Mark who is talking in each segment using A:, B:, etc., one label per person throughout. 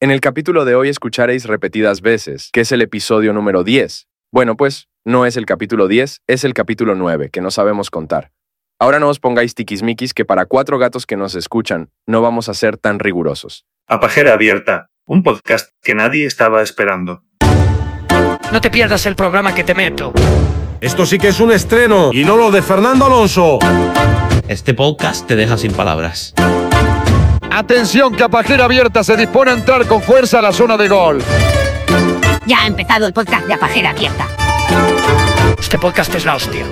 A: En el capítulo de hoy escucharéis repetidas veces, que es el episodio número 10. Bueno, pues no es el capítulo 10, es el capítulo 9, que no sabemos contar. Ahora no os pongáis tiquismiquis que para cuatro gatos que nos escuchan no vamos a ser tan rigurosos.
B: A Pajera Abierta, un podcast que nadie estaba esperando.
C: No te pierdas el programa que te meto.
D: Esto sí que es un estreno y no lo de Fernando Alonso.
E: Este podcast te deja sin palabras.
F: Atención, que a pajera abierta se dispone a entrar con fuerza a la zona de gol.
G: Ya ha empezado el podcast de Apajera Abierta.
C: Este podcast es la hostia.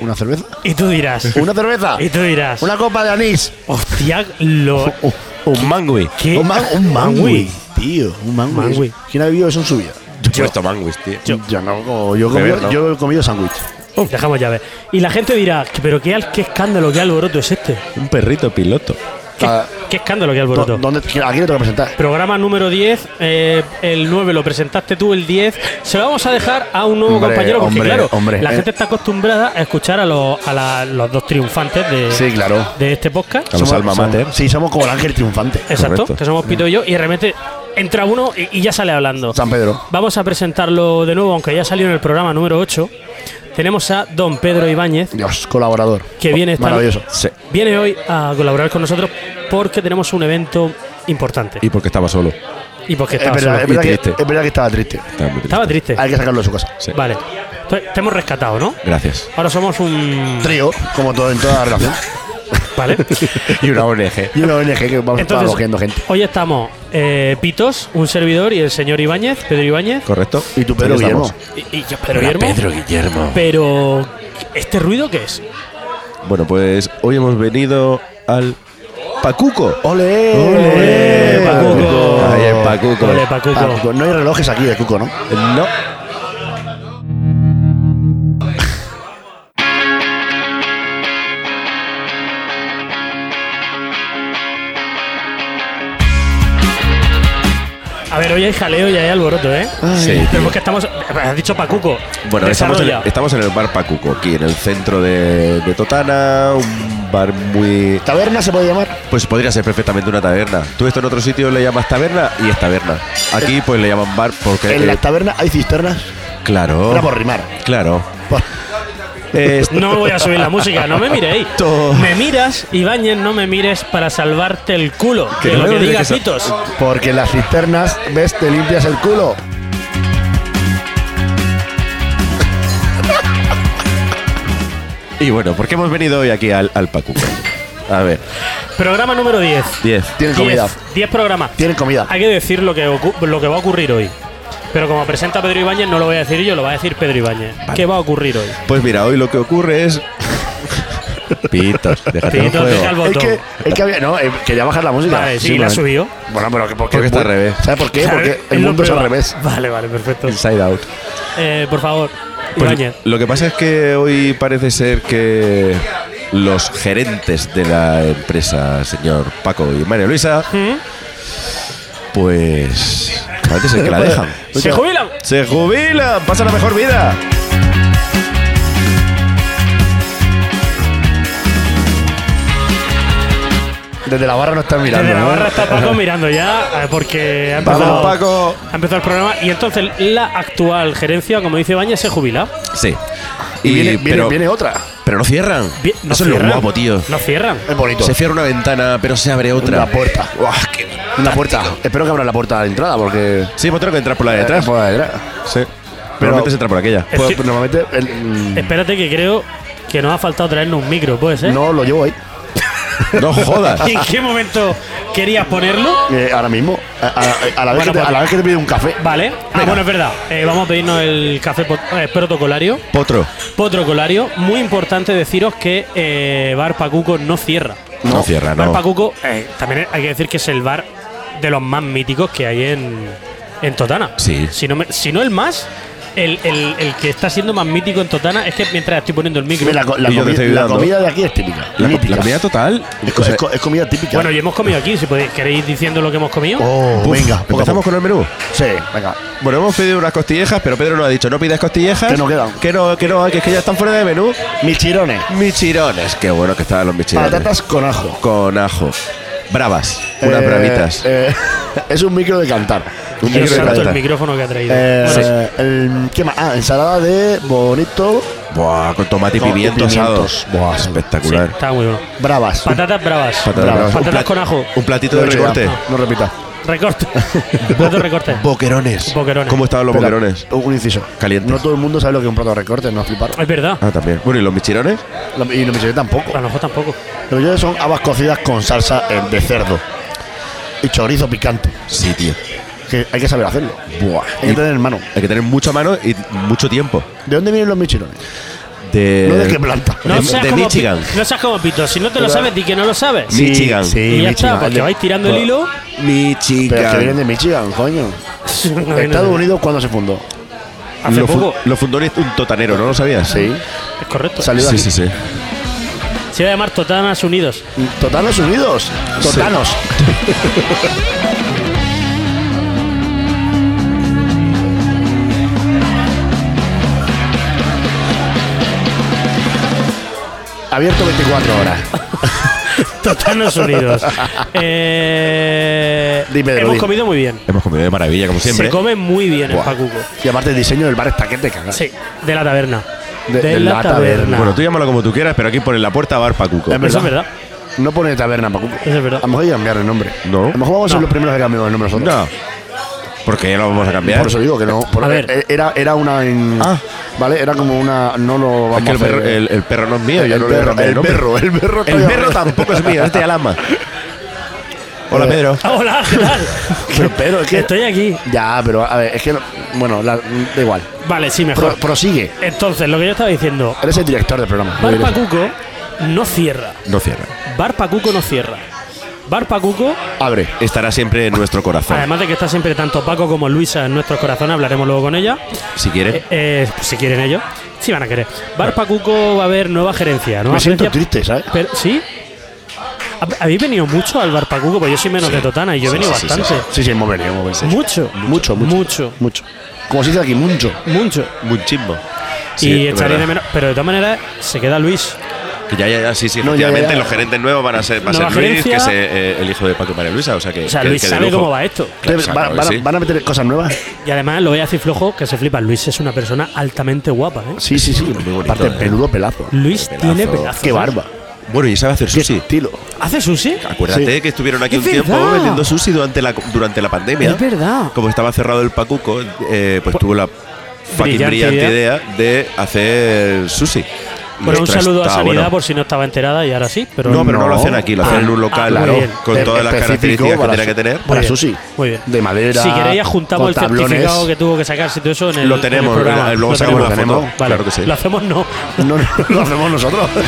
H: ¿Una cerveza?
I: Y tú dirás.
H: ¿Una cerveza?
I: y tú dirás.
H: ¿Una copa de anís?
I: Hostia, lo.
E: Oh, Un mangui.
I: ¿Qué?
H: Un, man- un mangui, tío. Un mangui.
I: Mangui.
H: ¿Quién ha vivido eso en su vida?
E: Yo he visto manguis, tío.
I: Yo.
H: Yo no, como- yo, he
E: Beber,
H: comido-
E: ¿no?
H: yo he comido sándwich.
I: Uf, dejamos llave. Y la gente dirá, "¿Qué- pero qué, al- qué escándalo, qué alboroto es este.
E: Un perrito piloto.
I: Qué,
H: Ah,
I: qué escándalo, qué
H: ¿dó-
I: alboroto.
H: ¿Dónde, ¿A quién le tengo que presentar?
I: Programa número 10, eh, el 9 lo presentaste tú, el 10. Se lo vamos a dejar a un nuevo
E: Hombre,
I: compañero, porque
E: hombre,
I: claro,
E: hombre.
I: la
H: Eh.
I: gente está acostumbrada a escuchar a, los, a la- los dos triunfantes de,
H: Sí, claro.
I: de este podcast.
E: A los alma mater.
H: Sí, somos como el ángel triunfante.
I: Exacto,
E: correcto.
I: que somos Pito y yo, y de repente entra uno y, y ya sale hablando.
H: San Pedro.
I: Vamos a presentarlo de nuevo, aunque ya salió en el programa número 8. Tenemos a don Pedro Ibáñez,
H: Dios, colaborador.
I: que viene esta
H: Maravilloso.
E: Sí.
I: Viene hoy a colaborar con nosotros porque tenemos un evento importante.
E: Y porque estaba solo.
I: Y porque
H: Es
I: estaba,
H: verdad,
I: solo.
H: es, verdad
E: Y
H: que,
E: triste.
H: es verdad que estaba triste.
E: Estaba muy triste.
I: Estaba triste.
H: Hay que sacarlo de su casa.
E: Sí.
I: Vale. Entonces, te hemos rescatado, ¿no?
E: Gracias.
I: Ahora somos un...
H: Trío, como todo en toda la relación.
I: Vale.
E: Y una ONG.
H: Y una ONG que vamos a estar cogiendo gente.
I: hoy estamos eh, Pitos, un servidor, y el señor Ibáñez, Pedro Ibáñez.
E: Correcto.
H: Y tú, Pedro
E: Aquí
H: Guillermo.
E: estamos.
I: Y, y yo, Pedro Guillermo.
E: Guillermo.
I: Pero, ¿este ruido qué es?
E: Bueno, pues hoy hemos venido al Pacuco. Oh.
H: ¡Ole!
I: ¡Ole, Pacuco!
E: Ahí el Pacuco.
I: Ole, Pacuco.
H: Pacuco. No hay relojes aquí de Cuco, ¿no?
E: No.
I: A ver, hoy hay jaleo y hay alboroto, ¿eh?
E: Sí,
I: Pero
E: tío.
I: es que estamos... Has dicho Pacuco.
E: Bueno, estamos en,
I: Desarrolla.
E: estamos en el bar Pacuco, aquí en el centro de, de Totana, un bar muy...
H: Taberna se puede llamar.
E: Pues podría ser perfectamente una taberna. Tú esto en otro sitio le llamas taberna y es taberna. Aquí pues le llaman bar porque...
H: En
E: eh,
H: las tabernas hay cisternas.
E: claro.
H: Era por rimar.
E: Claro.
H: Por-
E: Es-
I: No voy a subir la música, no me miréis.
E: To-
I: Me miras, Ibáñez, no me mires para salvarte el culo.
E: Que
I: Que
E: no
I: lo
E: me
I: que
E: mires
I: digas,
E: que so-
I: hitos.
H: Porque en las cisternas, ves, te limpias el culo.
E: Y bueno, ¿por qué hemos venido hoy aquí al, al Pacuco? A ver,
I: Programa número 10.
E: 10.
H: Tienen comida.
I: 10 programas.
H: Tienen comida.
I: Hay que decir lo que, ocu- lo que va a ocurrir hoy. Pero como presenta Pedro Ibáñez, no lo voy a decir yo, lo va a decir Pedro Ibáñez. ¿Qué va a ocurrir hoy?
E: Pues mira, hoy lo que ocurre es... Pitos, déjate el
I: Pitos, deja el
E: juego.
H: Es
I: botón.
H: que, es que había, no, eh, quería bajar la música.
I: Vale, sí, la ha
H: subí.
I: subido.
H: Bueno, pero que
E: Porque está al revés.
H: ¿Sabes por ¿eh? qué? Porque
I: Él
H: el
I: lo
H: mundo es al
I: prueba.
H: revés.
I: Vale, vale, perfecto.
E: Inside out.
I: Eh, por favor,
E: Pues,
I: Ibáñez.
E: lo que pasa es que hoy parece ser que los gerentes de la empresa, señor Paco y María Luisa,
I: ¿Mm?
E: pues parece ser que la dejan.
I: ¡Se jubilan!
E: ¡Se jubilan! ¡Pasa la mejor vida!
H: Desde la barra no están mirando.
I: Desde la
H: ¿no?
I: barra está Paco mirando ya, eh, porque ha empezado,
E: ¡Vamos, Paco!
I: ha empezado el programa. Y entonces la actual gerencia, como dice Ibáñez, se jubila.
E: Sí.
H: Y, viene, viene-
E: pero,
H: viene otra.
E: pero no cierran.
I: Bien, no
E: Eso es
I: cierran.
E: lo guapo, tío.
I: No cierran.
H: Es bonito.
E: Se cierra una ventana, pero se abre otra.
H: Una puerta.
E: Uah, qué-
H: Una puerta. Espero que abran la puerta de entrada porque. eh,
E: Sí, pues tengo que entrar por la de
H: Detrás,
I: Eh,
E: atrás.
H: por detrás.
E: Sí. Normalmente se entra por aquella.
I: Es
H: Pues,
I: que-
H: normalmente. el- mm,
I: Espérate que creo que nos ha faltado traernos un micro, ¿puede ser?
H: No lo llevo ahí.
E: No jodas.
I: ¿En qué momento querías ponerlo?
H: Eh, ahora mismo. A, a- a la
I: Bueno,
H: vez que te, a
I: pues-
H: la vez que te pide un café.
I: Vale. Ah, bueno, es verdad. Eh, vamos a pedirnos el café pot- eh, protocolario.
E: Potro.
I: Protocolario. Muy importante deciros que eh, Bar Pacuco no cierra.
E: No, cierra,
I: Bar
E: no.
I: Pacuco eh, también hay que decir que es el bar de los más míticos que hay en, en Totana.
E: Sí.
I: Si no, me- si no el más, el, el- el que está siendo más mítico en Totana es que mientras estoy poniendo el micro.
H: Ve, La, co- la
E: Y yo te
H: comi-
E: estoy
H: la
E: dando.
H: comida de aquí es típica.
E: La,
H: mítica.
E: la comida total.
H: es,
E: o
H: co-
E: sea,
H: es co- es comida típica.
I: Bueno, y hemos comido aquí, si podéis, queréis diciendo lo que hemos comido.
H: oh,
E: ¡puf!
H: venga, poco a
E: empezamos
H: poco.
E: con el menú.
H: Sí, venga.
E: Bueno, hemos pedido unas costillejas, pero Pedro nos ha dicho, no pidas costillejas.
H: Que no quedan.
E: Que no, que no, que es que ya están fuera de menú.
H: Michirones.
E: Michirones. Qué bueno que estaban los michirones.
H: Patatas con ajo.
E: Con ajo. Bravas. Unas
H: Eh,
E: bravitas.
H: eh, es un micro de cantar.
E: Un
I: Yo
E: micro de
I: salto
E: cantar.
I: el micrófono que ha traído.
H: Eh,
I: Bueno,
H: el- ¿Qué más? Ah, ensalada de bonito
E: Buah, con tomate y
H: Con-
E: pimiento asado.
H: pimientos. Buah,
I: sí,
E: espectacular.
I: está muy bueno.
H: bravas.
I: Patatas bravas.
E: Patatas
H: Bravas.
E: bravas. Un
I: Patatas
E: plat-
I: con ajo.
E: Un platito
H: Lo
E: de
H: he hecho ya.
E: recorte.
H: No, no repita.
I: Recorte. Plato de recorte.
E: Boquerones.
I: Boquerones.
E: ¿Cómo estaban los
H: Espera,
E: boquerones?
H: Un inciso.
E: Calientes.
H: No todo el mundo sabe lo que es un plato de recorte, no flipar.
I: Es verdad.
E: Ah, también. Bueno, ¿y los michirones?
H: Lo- Y los michirones
I: A
H: tampoco.
I: lo mejor tampoco.
H: Los michirones son habas cocidas con salsa eh, de cerdo y chorizo picante.
E: Sí, tío.
H: Que hay que saber hacerlo.
E: Buah.
H: Hay que tener mano.
E: Hay que tener mucha mano y mucho tiempo.
H: ¿De dónde vienen los michirones?
E: De,
H: No de qué planta.
I: No
E: de,
I: seas
E: de
I: como
E: Michigan.
I: pi- No seas como pito. Si no te lo
H: Pero-
I: sabes, di que no lo sabes.
E: Sí, Michigan.
H: Sí,
I: y ya
H: Michigan.
I: está, porque vais tirando el hilo.
H: Pero es que vienen
E: Michigan.
H: de Michigan, coño.
I: No viene
H: Estados
I: de-
H: Unidos, ¿cuándo se fundó?
I: Hace
E: lo, fu-
I: poco.
E: lo fundó un un totanero, ¿no lo sabías?
H: Sí.
I: Es correcto.
H: Salió
E: Sí,
H: aquí.
E: sí, sí.
I: Se iba a llamar Totanas Unidos.
H: Totanos Unidos. Totanos. Abierto 24 horas.
I: Totanos Unidos. Eh,
H: Dime, Pedro,
I: hemos
H: dime.
I: comido muy bien.
E: Hemos comido de maravilla, como siempre.
I: Se come muy bien en
E: Buah.
I: Pacuco.
H: Y aparte el diseño del bar está que te cagas.
I: Sí, de la taberna.
H: De- de la taberna.
E: Bueno, tú llámalo como tú quieras, pero aquí ponen la puerta Bar Pacuco.
H: Es
I: Eso es verdad.
H: No pone taberna, Pacuco.
I: Eso es verdad.
H: A lo mejor hay que cambiar el nombre.
E: No.
H: A lo mejor vamos a ser
I: No.
H: los primeros que cambiamos el nombre nosotros.
E: No. Porque ya lo vamos a cambiar.
H: Por eso digo que no. por- eh,
I: A ver.
H: Era, era una. en-
E: Ah.
H: ¿Vale? Era como una. No lo vamos
E: es que el
H: a hacer. eh,
E: perro, el, el perro no es mío,
H: El
E: yo no le voy a
H: perro,
E: cambiar
H: el
E: nombre.
H: perro, el perro
E: El
H: todavía-
E: perro tampoco es mío, este es de Alama. Hola,
H: Eh,
E: Pedro.
I: Ah, Hola, ¿qué tal?
H: Pero, pero es que-
I: Estoy aquí.
H: Ya, pero a ver, es que. no- bueno, la- da igual.
I: Vale, sí,
H: Pro-
I: mejor.
H: prosigue.
I: Entonces, lo que yo estaba diciendo.
H: Eres el director del programa.
I: Bar
H: Lo diré.
I: Pacuco no cierra.
E: No cierra.
I: Bar Pacuco no cierra. Bar Pacuco,
H: Abre.
E: Estará siempre en nuestro corazón.
I: además de que está siempre tanto Paco como Luisa en nuestros corazones, hablaremos luego con ella.
E: si quieres.
I: Eh, eh, si quieren ellos, sí van a querer. Bar Pacuco va a haber nueva gerencia, nueva
H: Me siento
I: gerencia,
H: triste, ¿sabes?
I: pero- ¿Sí? ¿Hab- ¿Habéis venido mucho al Bar Pacuco? Pues yo soy menos de Totana y yo he
E: Sí,
I: venido
E: sí, sí,
I: bastante.
H: Sí, sí, hemos venido, hemos venido.
I: Mucho.
H: Mucho, mucho.
I: Mucho.
H: Mucho. Como se dice aquí, mucho.
I: Mucho.
E: Munchismo.
I: y echaré de menos. Pero de todas maneras, se queda Luis.
E: Que Ya, ya, ya, sí, sí,
H: No, ya,
E: efectivamente
H: ya, ya.
E: los gerentes nuevos van a ser, va a ser
I: Nueva
E: Luis,
I: gerencia.
E: que es eh, el hijo de Paco y María Luisa, o sea que...
I: O sea,
E: que-
I: Luis
E: que de
I: sabe
E: lujo.
I: cómo va esto.
E: Claro,
H: Entonces,
E: claro
H: va-
E: que
H: van, a-
E: sí.
H: van a meter cosas nuevas?
I: Y además lo voy a decir flojo, que se flipa. Luis es una persona altamente guapa, ¿eh?
H: Sí, sí, sí.
E: bonito,
H: Aparte,
E: eh.
H: peludo pelazo.
I: Luis tiene pelazo.
H: Qué
I: ¿eh?
H: barba.
E: Bueno, y sabe hacer
H: Qué
E: sushi.
H: estilo.
I: ¿Hace sushi?
E: Acuérdate
H: Sí.
E: que estuvieron aquí
I: Es
E: un tiempo
I: verdad.
E: vendiendo sushi durante la, durante la pandemia.
I: Es verdad.
E: Como estaba cerrado el Pacuco, eh, pues tuvo la fucking
I: brillante
E: brillante idea.
I: idea.
E: de hacer sushi.
I: Bueno, un
E: Ostras,
I: saludo a
E: estaba
I: Sanidad
E: bueno.
I: por si no estaba enterada y ahora sí. Pero
E: No, pero no, lo
H: No.
E: hacen aquí, lo hacen
I: Ah,
E: en un
I: ah,
E: local
I: muy bien.
E: con
H: Es-
E: todas las
H: específico
E: características que
H: para
E: tiene
H: su-
E: que tener.
H: Para
I: bien,
H: sushi.
I: muy bien.
H: De madera.
I: Si queréis, ya juntamos
H: con
I: el
H: tablones.
I: certificado que tuvo que sacarse y todo eso en el.
E: Lo
I: en el
E: tenemos,
I: programa.
E: luego
I: Lo
E: sacamos
I: tenemos.
E: la foto, claro que sí.
I: Lo hacemos no.
H: No, no, lo hacemos nosotros.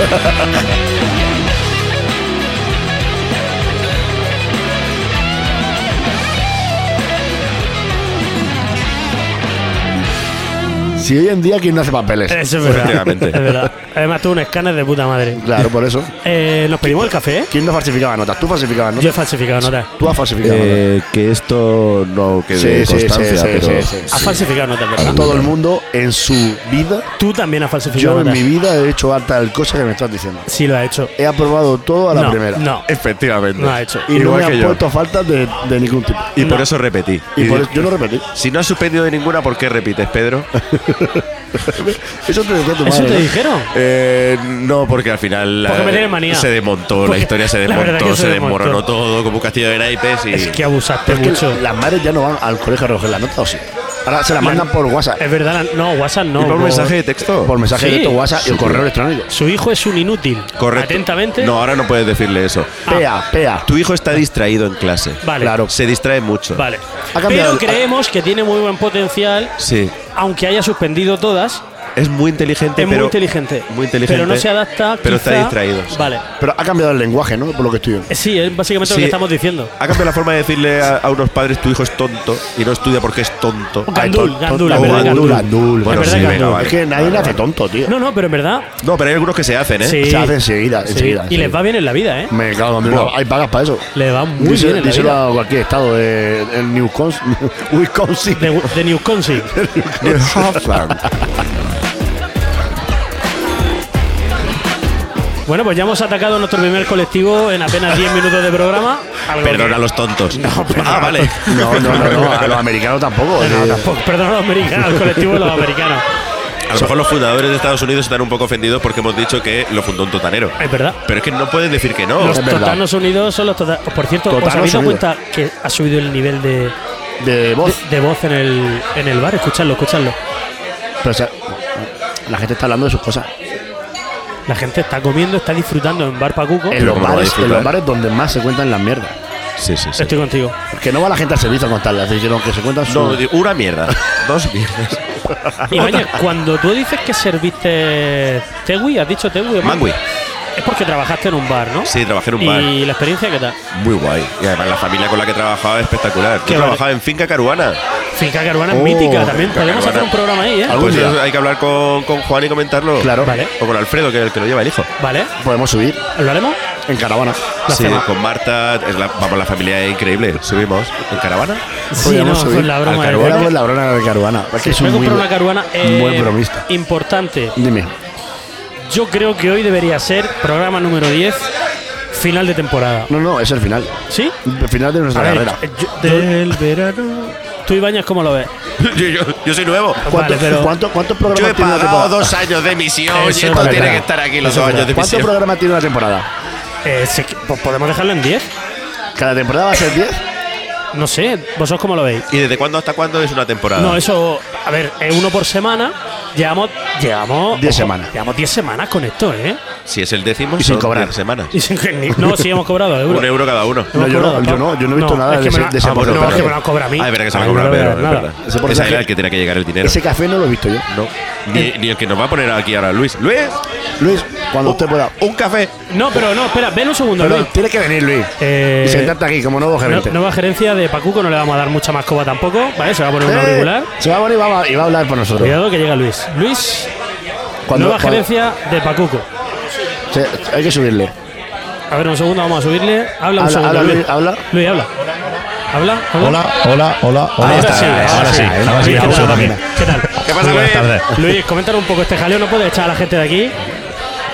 H: Si hoy en día, ¿quién no hace papeles?
I: Eso es verdad.
E: Efectivamente.
I: es verdad. Además, tuvo un escáner de puta madre.
H: Claro, por eso.
I: Eh, Nos pedimos el café, ¿eh?
H: ¿Quién no falsificaba notas? ¿Tú falsificabas
I: Yo he
H: notas?
I: falsificado notas.
H: Tú has falsificado notas.
E: que esto no
H: quede Sí, sí, constancia, sí, sí, pero- sí, sí.
I: Has falsificado notas, ¿verdad?
H: Todo el mundo en su vida.
I: Tú también has falsificado
H: Yo en
I: notas.
H: mi vida he hecho tal cosa que me estás diciendo.
I: Sí, lo has hecho.
H: He aprobado todo a la
I: no,
H: primera.
I: No,
E: Efectivamente.
I: no ha hecho.
H: Y
E: Igual
H: no me
E: que
H: han
E: yo.
H: puesto faltas de, de ningún tipo.
E: Y por
I: No.
E: eso repetí.
H: Y por eso yo lo repetí.
E: Si no has suspendido de ninguna, ¿por qué repites, Pedro?
H: Eso te decía tu
I: ¿Eso
H: madre.
I: te
H: ¿no?
I: dijeron?
E: Eh, no, porque al final
I: Porque me
E: eh,
I: tiene manía.
E: se desmontó, la
I: Porque-
E: historia se
I: la verdad
E: desmontó,
I: que
E: se,
I: se
E: desmoronó
I: desmontó.
E: todo como un castillo de naipes y
I: Es que abusaste
H: Es que
I: mucho.
H: las madres ya no van al colegio a recoger las notas, ¿o sí? Ahora se las mandan por WhatsApp.
I: Es verdad, la- no, WhatsApp no.
E: ¿Y por mensaje de texto.
H: Por mensaje
I: Eh, Sí.
H: de tu WhatsApp y el correo electrónico.
I: Su hijo es un inútil.
E: Correcto.
I: Atentamente. Ah.
E: No, ahora no puedes decirle eso.
H: Pea, pea.
E: Tu hijo está distraído en clase.
I: Vale.
H: Claro.
E: Se distrae mucho.
I: Vale.
H: Ha cambiado
I: Pero
H: el-
I: creemos que tiene muy buen potencial,
E: Sí.
I: aunque haya suspendido todas,
E: es muy inteligente,
I: es muy
E: pero.
I: inteligente.
E: muy inteligente,
I: Pero no se adapta.
E: pero está
I: quizá-
E: distraído.
I: Vale.
H: Pero ha cambiado el lenguaje, ¿no? Por lo que estoy viendo.
I: Eh, Sí, es básicamente lo
E: Sí.
I: que estamos diciendo.
E: Ha cambiado la forma de decirle a, a unos padres tu hijo es tonto y no estudia porque es tonto.
I: O Gandul,
E: Ay,
I: Gandul,
E: o
I: la verdad,
E: Gandul.
I: Gandul.
H: Gandul.
E: Bueno,
I: La verdad,
E: sí, venga,
I: Gandul.
E: vale.
H: Es que nadie
E: Vale,
H: nace
E: vale.
H: tonto, tío.
I: No, no, pero en verdad.
E: No, pero hay algunos que se hacen, ¿eh?
I: Sí.
H: Se hace enseguida,
I: sí.
H: enseguida.
I: Y
H: sí.
I: les va bien en la vida, ¿eh?
H: Me cago en mi-
E: Buah.
H: Hay pagas para eso.
I: Le va muy
H: Díselo-
I: bien en la
H: díselo
I: vida.
H: a cualquier estado de el New Cons- Wisconsin.
I: De, de New Consig. Bueno, pues ya hemos atacado a nuestro primer colectivo en apenas 10 minutos de programa. Algo que-
E: Perdona a los tontos. ah, vale.
H: No, no, no, no, a los americanos tampoco.
I: No, no,
H: eh.
I: tampoco. Perdona a los americanos, al colectivo de los americanos.
E: A lo mejor los fundadores de Estados Unidos están un poco ofendidos porque hemos dicho que lo fundó un totanero.
I: Es verdad.
E: Pero es que no pueden decir que no.
I: Los
H: es verdad.
I: Totanos Unidos son los Totanos. Por cierto, ¿os
H: Totanos
I: habéis dado
H: Unidos.
I: cuenta que ha subido el nivel de,
H: De voz.
I: de voz en el, en el bar? Escuchadlo, escuchadlo.
H: Pero, o sea, la gente está hablando de sus cosas.
I: La gente está comiendo, está disfrutando en Bar Pacuco.
H: En los,
E: cómo lo ¿eh? va a
H: bares, en
E: disfrutar.
H: los bares donde más se cuentan las mierdas.
E: Sí, sí, sí.
I: Estoy contigo.
H: Porque no va la gente al servicio a contarlas, sino que se
I: Eh,
H: cuentan sus.
E: No, di- una mierda. Dos mierdas.
I: Ibañez, cuando tú dices que serviste Tewi, has dicho Tewi o
E: Mangui.
I: Es porque trabajaste en un bar, ¿no?
E: Sí, trabajé en un bar.
I: ¿Y la experiencia qué tal?
E: Muy guay. Y además la familia con la que trabajaba es espectacular. Yo
I: Qué Ah,
E: trabajaba en Finca Caruana.
I: Finca Caruana es
H: Oh,
I: mítica también.
E: Finca
I: Podemos
E: Caruana.
I: hacer un programa ahí, ¿eh?
H: Algún
E: Pues
H: día.
E: eso hay que hablar con, con Juan y comentarlo. ¿Eh?
H: Claro.
I: Vale,
E: O con Alfredo, que es el que lo lleva el hijo.
I: vale.
H: Podemos subir
I: ¿Lo haremos?
H: en caravana.
I: La
E: sí,
I: cena.
E: con Marta. es la- vamos, la familia es increíble. Subimos en caravana.
I: Sí, no,
H: Podríamos subir
I: con la broma.
E: al
I: de-
H: Ahora pues la brona de caravana. Es que es
I: Me
H: un
I: he
H: muy,
I: comprado una caruana
H: un
I: eh,
H: buen bromista.
I: importante.
H: Dime.
I: Yo creo que hoy debería ser programa número 10, final de temporada.
H: No, no, es el final.
I: ¿Sí?
H: El final de nuestra
I: A ver, eh,
H: carrera.
I: yo- del verano. ¿Tú, Ibañez, cómo lo ves?
E: yo, yo- yo soy nuevo.
H: ¿Cuánto-
I: Vale, pero-
H: cuánto- ¿Cuántos
E: Yo
H: programas
E: he
H: tiene una temporada?
E: pagado dos años de emisión
I: Eso
E: y
I: es
E: esto
I: verdad.
E: tiene que estar aquí los
I: Eso
E: dos
I: es
E: años de
H: ¿Cuántos
E: emisión.
H: programas tiene una temporada?
I: Eh, se- pues, ¿Podemos dejarlo en 10?
H: ¿Cada temporada va a ser 10?
I: No sé, ¿vosotros cómo lo veis?
E: ¿Y desde cuándo hasta cuándo es una
H: Ah.
E: temporada?
I: No, eso, a ver, es uno por semana. Llevamos. Llevamos.
H: 10
I: ojo,
H: semanas.
I: Llevamos 10 semanas con esto, ¿eh?
E: Si es el décimo,
H: Y sin
E: son
H: cobrar.
E: diez semanas.
I: Y sin que ni- no, sí, hemos cobrado euros.
E: Un euro cada uno.
H: No, yo no, yo no, yo no he visto nada
I: es que
H: de
I: me
H: ese-
I: la-
H: de ese
I: ah, bueno,
H: porcentaje.
I: no, es que me lo han cobrado a mí.
E: Ah, es verdad que se
I: A
E: lo ha
I: mí no
E: cobrado
I: me
E: Pedro.
I: dieron
E: es
I: nada.
E: verdad.
H: Ese
E: Ese
H: porcentaje-
E: era el que tenía que llegar el dinero.
H: Ese café no lo he visto yo.
E: No. Ni, ni el que nos va a poner aquí ahora, Luis. ¡Luis!
H: Luis,
E: Oh,
H: cuando usted pueda.
E: ¡Un café!
I: No, pero no, espera, ven un segundo,
H: Pero
I: Luis.
H: tiene que venir, Luis.
I: Eh,
H: y sentarte aquí como nuevo
I: No-
H: gerente.
I: nueva gerencia de Pacuco, no le vamos a dar mucha más coba tampoco, ¿vale? Se va a poner un
H: Eh,
I: auricular.
H: Se va a poner y va a, y va a hablar por nosotros.
I: Cuidado que llega Luis. Luis,
H: Cuando-
I: nueva
H: cuando-
I: gerencia de Pacuco.
H: se- hay que subirle.
I: A ver, un segundo, vamos a subirle. Habla un
H: Habla,
I: segundo,
H: habla,
I: Luis.
H: Luis, habla.
I: Luis, habla. Habla, habla.
H: hola, hola,
I: Ahora
E: está,
I: sí,
E: ahora
I: ahora
E: sí,
I: sí.
H: ahora sí,
I: Luis, ¿qué
H: ahora
I: tal?
H: sí.
I: ¿Qué tal?
E: ¿Qué pasa, Luis?
I: Luis, coméntanos un poco este jaleo. No puedes echar a la gente de aquí.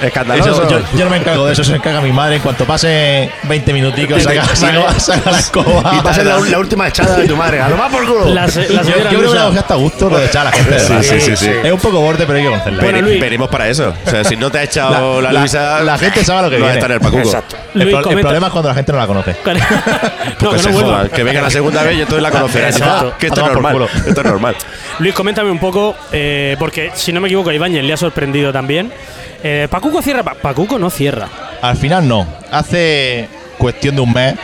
J: Eso, yo, yo Ah, no me encargo de eso, se encarga mi madre. En cuanto pase 20 minuticos, saca, saca- saca la escoba.
H: Y va a ser la, la última echada de tu madre. ¡A tomar por culo!
I: La, se- la
J: yo, yo
I: señora
J: creo que la
I: Luisa.
J: mujer está a gusto lo de echar a la gente. de
E: Sí,
J: la
E: sí,
J: casa.
E: sí, sí.
J: Es un poco borde, pero hay que conocerla.
I: Bueno, Luis.
E: Venimos para eso. O sea, si no te ha echado la,
J: La-
E: Luisa.
J: la gente sabe lo que
E: no va a
J: viene.
E: estar en el pacuco.
I: Exacto.
J: el,
I: Luis,
J: pro- el
I: comenta-
J: problema es cuando la gente no la conoce.
I: no,
E: que,
I: que
E: se
I: no
E: jodan,
I: vuelva.
E: que venga la segunda vez y entonces la conocerás.
I: Exacto.
E: Ah, Que esto
J: A
E: es
J: tomar por
E: normal.
J: culo.
E: Esto es normal.
I: Luis, coméntame un poco, eh, porque si no me equivoco, a Ibáñez le ha sorprendido también. Eh, ¿Pacuco cierra? Pa- Pacuco no cierra.
J: Al final no. Hace cuestión de un mes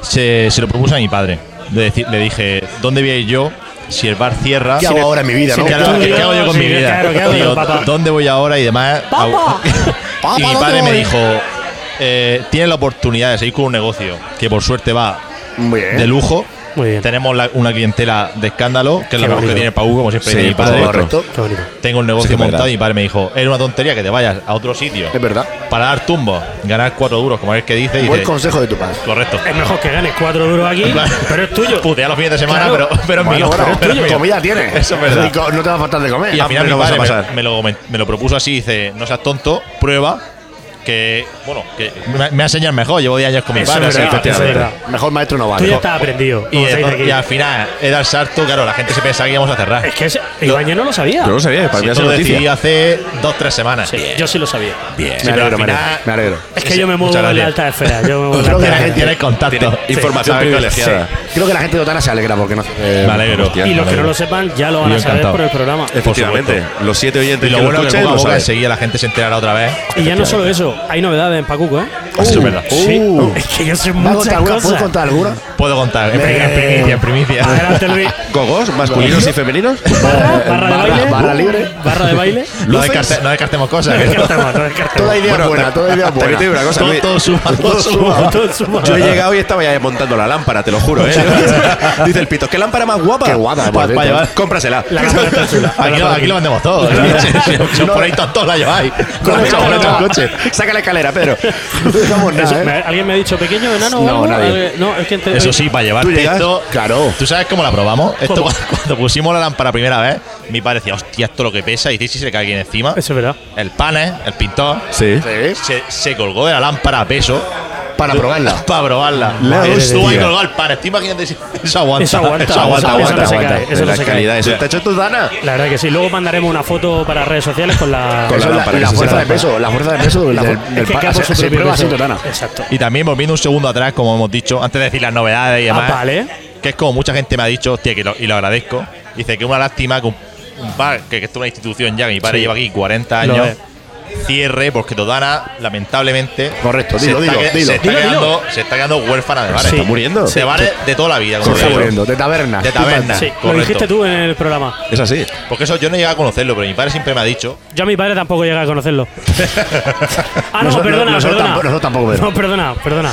J: se, se lo propuse a mi padre. Le, deci- le dije, ¿dónde voy a ir yo si el bar cierra?
H: ¿Qué hago ahora en mi vida,
J: Sí,
H: no?
J: ¿Qué, hago- qué hago yo con
I: Sí,
J: mi vida?
I: claro, ¿qué hago yo,
J: Digo,
I: papá?
J: ¿Dónde voy ahora y demás?
I: ¡Papá!
J: y mi padre me dijo, eh, tienes la oportunidad de seguir con un negocio que por suerte va
H: Muy bien.
J: de lujo.
I: Muy bien.
J: Tenemos la- una clientela de escándalo, que es
I: Qué
J: la mejor que
I: bonito.
J: tiene el Pau, como siempre
E: Sí,
J: dice mi
E: por
J: padre.
E: supuesto.
I: Qué bonito.
J: Tengo un
E: Sí que
J: negocio
E: es
J: montado
E: verdad.
J: y mi padre me dijo, es una tontería que te vayas a otro sitio
H: Es verdad.
J: para dar tumbos, ganar cuatro duros, como es que dice. Y
H: Buen
J: dice,
H: consejo de tu padre.
J: correcto.
I: Es mejor que ganes cuatro duros aquí,
J: Claro.
I: pero es tuyo.
J: Putea los fines de semana,
I: Claro.
J: pero, pero es
H: Bueno,
J: mío,
H: bueno,
J: pero es mío.
H: comida tiene.
J: Eso es verdad.
H: Y co- no te va a faltar de comer.
J: Y al final
E: Hambre
J: mi
E: no vas a
J: padre
E: pasar.
J: me, me lo, comen- me lo propuso así, dice, no seas tonto, prueba, que, bueno, que me, me enseñas mejor, llevo 10 años con mi
I: Eso
J: padre,
I: es
J: así
I: verdad,
J: que
I: eso es verdad.
H: Mejor maestro no
I: Tú ya
H: vale.
I: estás aprendido.
J: Y,
I: como se dice
J: entonces-
I: aquí.
J: y al final, he dado el salto, claro, la gente se pensaba que íbamos a cerrar.
I: Es que ese- Ibañez no lo sabía.
E: Yo no sabía, para
J: Sí,
E: mí
J: esto
E: hace
J: lo
E: noticia.
J: decidí hace dos, tres semanas.
I: Sí, yo sí lo sabía.
J: Bien.
H: Me alegro, me alegro, me alegro.
I: Es que yo me muevo en la alta esfera. Yo me muevo en la
H: Creo que
I: alta
H: la
I: esfera.
H: gente-
J: Tienes contacto.
E: Información
J: Sabes cuál es.
E: privilegiada.
H: Creo que la gente de Otana se alegra porque no.
J: Me alegro.
E: Hostia,
I: Y los que no
J: Me alegro.
I: lo sepan ya lo van
J: Yo
I: a saber
J: encantado.
I: por el programa.
J: Por supuesto.
E: Efectivamente. Los siete oyentes
J: Y lo
E: que
J: bueno es que
E: escuchen
J: poco a
E: lo
J: poco
E: saben.
J: enseguida la gente se enterará otra vez.
I: Y ya no solo eso, Paco, hay novedades en Pacuco, ¿eh?
H: Eso es verdad.
I: Sí.
J: Uh.
I: Es que yo soy muy
J: Macho,
I: otra
J: ¿alguna- ¿Puedes
I: cosa.
J: contar alguna?
H: Puedo contar. En, pri- en primicia, en primicia.
I: Adelante, Luis.
E: ¿Gogos masculinos y femeninos?
I: Barra, barra de baile. Uh,
J: barra libre.
I: Barra de baile. eh,
H: No descarte- no descartemos cosas. que esto-
I: Descartemos, no descartemos.
J: Toda idea
E: Bueno,
J: buena,
E: ta-
J: toda idea
E: también
J: buena.
E: te digo una cosa,
H: todo,
E: Luis.
H: todo suma, todo suma.
I: Todo suma.
E: Yo he llegado y estaba ya montando la lámpara, te lo juro, ¿eh? Dice el pito, ¿qué lámpara más guapa?
J: Qué guapa, por
E: Para
J: dentro.
E: llevar, cómprasela.
I: La cámara está chula.
H: Aquí lo, aquí lo vendemos todo. Sí, sí, sí, Por ahí to- todos la lleváis. Con mucho
I: no,
H: boleto.
I: no.
E: coche. Saca la escalera, Pedro.
J: No dejamos nada, ¿eh?
I: Me- ¿Alguien me ha dicho pequeño, enano? o
J: No,
I: algo?
J: nadie.
I: Eh, No, es que ente-
H: Eso sí, para llevar
E: ¿Tú llegas?
H: esto.
J: Claro.
H: ¿Tú sabes cómo la probamos? Esto
I: ¿Cómo?
H: cuando, cuando pusimos la lámpara primera vez, mi padre decía, hostia, esto lo que pesa. Y si se le cae alguien encima.
I: Eso es verdad.
H: El pane, el pintor,
E: Sí.
H: se, se colgó de la lámpara a peso.
J: Para probarla.
H: Para probarla.
J: La
H: Madre
J: hostia.
H: Estuvo ahí colgado el pane. Estoy imaginando si eso aguanta.
I: Eso aguanta,
H: Eso aguanta,
I: eso- eso
H: aguanta,
I: no se
H: aguanta.
I: cae, eso no
E: la
I: se cae.
E: calidad, eso está hecho tu dana.
I: La verdad que sí. Luego mandaremos una foto para redes sociales con la.
E: Con
J: Eso es la,
E: lámpara,
J: la
E: eso sí,
J: fuerza
E: la
J: de peso, la fuerza de peso del,
I: La-
J: del,
I: es
J: del
I: que
J: pa-
I: cae por
J: se,
I: su
J: se
I: propio
J: prueba
I: peso.
J: así, Totana.
I: Exacto.
H: Y también volviendo un segundo atrás, como hemos dicho, antes de decir las novedades
J: Ah,
H: y demás.
I: Ah, vale.
H: Que es como mucha gente me ha dicho, hostia, que lo- y lo agradezco. Dice que una lástima que un, un bar, que, que esto es una institución ya, que mi padre
I: Sí.
H: lleva aquí 40
I: Lo
H: años, cierre, porque Totana, lamentablemente.
J: Correcto,
H: se
J: dilo,
H: está
J: dilo,
H: que-
J: dilo.
H: Se está,
I: Dilo, dilo.
H: quedando, se está quedando huérfana de bares.
I: Sí.
E: Está muriendo.
H: De bares de toda la vida, como
J: Se está
H: digo.
J: muriendo, de taberna.
H: De taberna.
I: Sí, lo
H: correcto.
I: dijiste tú en el programa.
E: Es así.
H: Porque eso yo no he llegado a conocerlo, pero mi padre siempre me ha dicho.
I: Yo a mi padre tampoco llega a conocerlo. Ah, no,
J: Nosotros-
I: perdona, perdona.
J: nosotros tampoco- nosotros tampoco, Pedro.
I: No, perdona, perdona.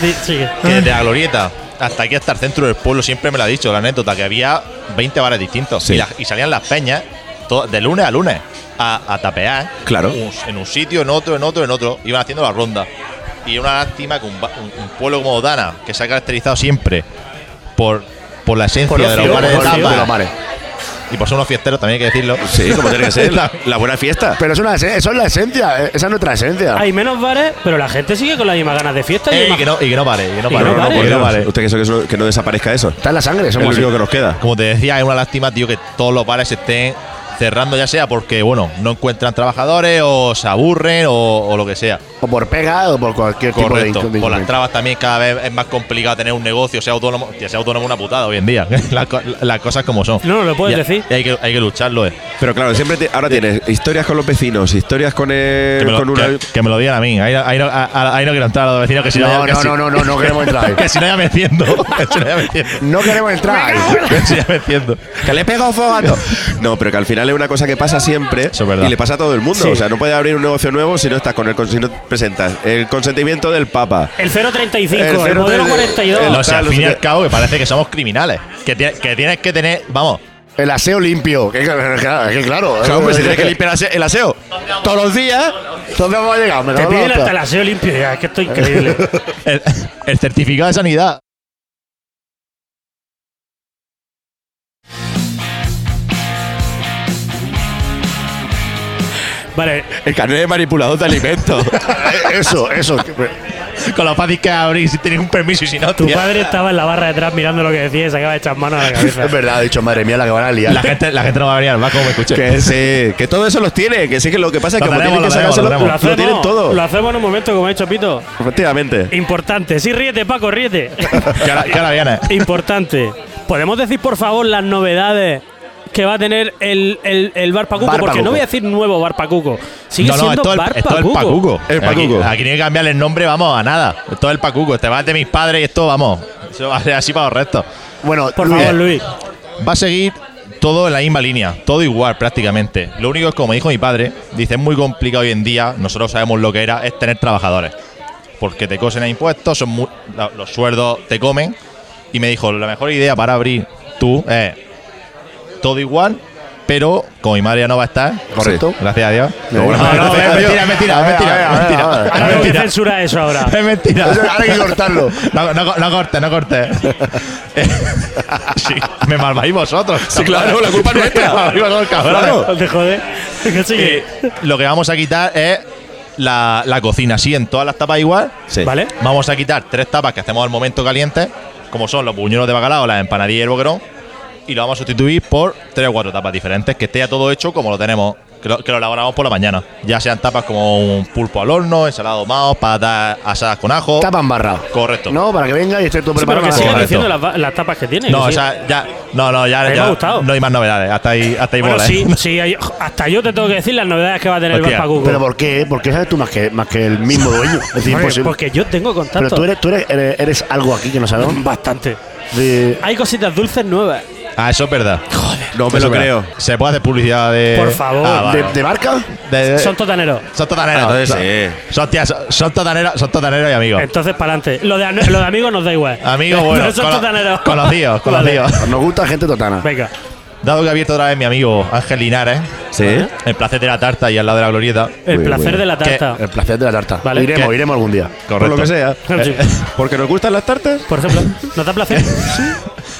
I: Di- Sigue.
H: que desde la glorieta hasta aquí, hasta el centro del pueblo, siempre me lo ha dicho la anécdota, que había 20 bares distintos.
E: Sí.
H: Y, las- y salían las peñas to- de lunes a lunes a, a tapear.
E: Claro.
H: Un- en un sitio, en otro, en otro, en otro. Iban haciendo la ronda. Y una lástima que un, ba- un- un pueblo como Dana, que se ha caracterizado siempre por, por la esencia
J: Por
H: de los
J: ocio,
H: bares de
J: por ocio
H: tapas,
J: de los bares.
H: Y por ser unos fiesteros también hay que decirlo.
E: Sí, como tiene que ser. La, la buena fiesta.
J: Pero es una, esen- eso es la esencia, eh, esa es nuestra esencia.
I: Hay menos bares, pero la gente sigue con las mismas ganas de fiesta. y
H: Ey,
I: demás.
H: que no, Eh, y que no pare, y que no
I: Y
H: pare.
I: no pare.
E: por
H: y que no
E: Dios.
H: pare.
E: Usted que, eso- que eso- que no desaparezca eso.
J: Está en la sangre,
E: Es lo
J: somos
E: único que nos queda.
H: Como te decía, es una lástima, tío, que todos los bares se estén cerrando, ya sea porque, bueno, no encuentran trabajadores o se aburren o, o lo que sea.
J: O por pega o por cualquier
H: Correcto.
J: tipo de
H: Por las trabas también cada vez es más complicado tener un negocio, sea autónomo. Tío, sea autónomo es una putada hoy en día. las, co- las cosas como son.
I: No, no lo puedes
H: Y-
I: decir.
H: y hay, que, hay que lucharlo, eh.
E: Pero claro, siempre te- ahora tienes historias con los vecinos, historias con, el-
H: Que me,
E: con
H: lo,
E: una.
H: que, que me lo digan a mí. Ahí, no- ahí no, a- a- ahí no quiero entrar a los vecinos que si no,
J: No,
H: ya- que
J: no,
H: si-
J: no, no, no, no queremos entrar ahí.
H: que si no ya me enciendo. que si no ya me enciendo.
J: No queremos entrar ahí.
H: que si ya me enciendo.
E: ¡Que le pega un fogato! No, pero que al final es una cosa que pasa siempre
H: Eso es verdad.
E: y le pasa a todo el mundo.
I: Sí.
E: O sea, no puedes abrir un negocio nuevo si no estás con el con- si no presentas el consentimiento del Papa.
I: El 035,
E: El
I: el, modelo
E: 035,
I: 42.
E: el-
H: No, sé, al
E: Tal, no
H: fin y
E: sé
H: al
E: qué.
H: cabo que parece que somos criminales. Que, tie- que tienes que tener, vamos,
J: El aseo limpio. Que, que- que- que- claro.
E: Claro, hombre, si tienes que limpiar ase- el aseo.
J: todos los días. ¿Dónde vamos a llegar? Me
I: Te
J: cago en la
I: piden hasta
J: hostia.
I: el aseo limpio. ya, Es que esto es increíble.
H: el, el certificado de sanidad.
I: Vale,
E: El carnet de manipulador de alimentos.
J: Eh, Eso, eso.
H: Con lo fácil que es abrir si tienes un permiso y si no,
I: tu
H: tío.
I: padre estaba en la barra detrás mirando lo que decía y se acaba de echar manos a la cabeza.
J: Es verdad, he dicho, madre mía, la que van a
H: La
J: liar.
H: gente, la gente no va a venir al bar como me escuche.
E: que sí, que todo eso los tiene. Que sí, que lo que pasa es que
H: Lo
E: como
H: tenemos,
E: tienen que
H: lo tenemos,
E: sacárselo,
I: Lo
H: lo
E: lo,
H: tenemos.
I: hacemos,
E: tienen
I: lo
E: todo.
I: hacemos en un momento, como ha dicho Pito.
E: Efectivamente.
I: Importante. Sí, ríete, Paco, ríete.
H: Que ahora, que ahora viene.
I: Importante. ¿Podemos decir, por favor, las novedades que va a tener el, el, el Bar Pacuco?
J: Bar
I: Porque
J: Pacuco.
I: no voy a decir nuevo Bar Pacuco. Sigue
H: No, no,
I: siendo
H: es todo el,
I: Bar
H: es todo el
I: Pacuco.
H: pacuco.
E: El pacuco.
H: Aquí, aquí no hay que cambiarle el nombre, vamos, a nada. Es todo el pacuco. Este va de mis padres y esto, vamos. Eso va a ser así para los restos.
J: Bueno,
I: Por
J: Luis,
I: favor, Luis.
H: Va a seguir todo en la misma línea, todo igual prácticamente. Lo único es, como dijo mi padre, dice, es muy complicado hoy en día, nosotros sabemos lo que era, es tener trabajadores. Porque te cosen a impuestos, son mu- la- los sueldos te comen. Y me dijo, la mejor idea para abrir tú es todo igual, pero como mi madre ya no va a estar,
J: Correcto.
H: Sí, gracias a Dios.
J: No, no,
H: no, es mentira,
J: A
H: es mentira, es
J: ver,
H: mentira,
J: a ver, a ver,
H: es mentira.
J: a ver.
I: Ahora
H: Es
I: tengo que
H: mentira.
I: censurar eso ahora.
H: Es mentira.
J: Eso ahora hay que cortarlo.
H: No, no, co- no cortes, no cortes. Eh, sí, me malváis vosotros. Sí,
E: claro, la culpa es nuestra. Claro.
I: Te jode. Que sigue.
H: Eh, Lo que vamos a quitar es la, la cocina, sí, en todas las tapas igual.
J: Eh,
E: Sí.
I: ¿Vale?
H: Vamos a quitar tres tapas que hacemos al momento caliente, como son los buñuelos de bacalao, las empanadillas y el boquerón. Y lo vamos a sustituir por tres o cuatro tapas diferentes, que esté ya todo hecho como lo tenemos
J: que lo, que lo elaboramos por la mañana. Ya sean tapas como un pulpo al horno, ensalado ahumado, patatas asadas con ajo.
H: Tapa embarrado.
J: Correcto.
H: No, para que venga y esté todo
I: Sí, pero
H: preparado.
I: que sigan
J: Correcto.
I: diciendo las, va- las tapas que tiene.
J: No,
I: que
J: o
I: sí.
J: sea, ya. No, no, ya.
I: A mí me
J: ya
I: ha gustado.
J: No hay más novedades. Hasta ahí, hasta ahí
I: Bueno,
J: mola,
I: sí,
J: ¿eh?
I: sí, hay- hasta yo te tengo que decir las novedades que va a tener el
J: Hostia,
I: Barpa Cuco.
H: Pero ¿por qué? ¿Por qué sabes tú más que, más que el mismo dueño? Es decir,
I: Hombre,
H: imposible.
I: Porque yo tengo
H: Pero
I: contacto.
H: tú eres, tú eres, eres, eres algo aquí que no sabemos.
I: bastante.
H: De-
I: Hay cositas dulces nuevas.
J: Ah, eso es verdad.
E: No me
J: Eso
E: lo
J: es verdad.
E: creo.
J: ¿Se puede hacer publicidad de.?
I: Por favor.
J: Ah, vale.
H: de, de barca?
J: De- de-
I: Son totaneros.
J: son totaneros.
E: Ah, entonces
J: son, son, tías- son- son totaneros. Son totaneros y amigos.
I: Entonces, para adelante. Lo de, ane- lo de amigos nos da igual.
J: Amigos, bueno.
I: Pero son
J: cono-
I: totaneros.
J: Conocidos,
I: Vale.
J: conocidos.
H: Nos gusta gente totana.
I: Venga.
J: Dado que ha abierto otra vez mi amigo Ángel Linares,
E: Sí.
J: el placer de la tarta y al lado de la glorieta.
I: El
E: Muy
I: placer
E: bien.
I: de la tarta.
J: Eh,
H: El placer de la tarta.
I: Vale.
H: Iremos,
J: ¿Qué?
H: iremos algún día.
E: Por lo que sea.
I: Sí.
J: eh.
E: Porque nos gustan las tartas.
I: Por ejemplo, ¿nos da placer?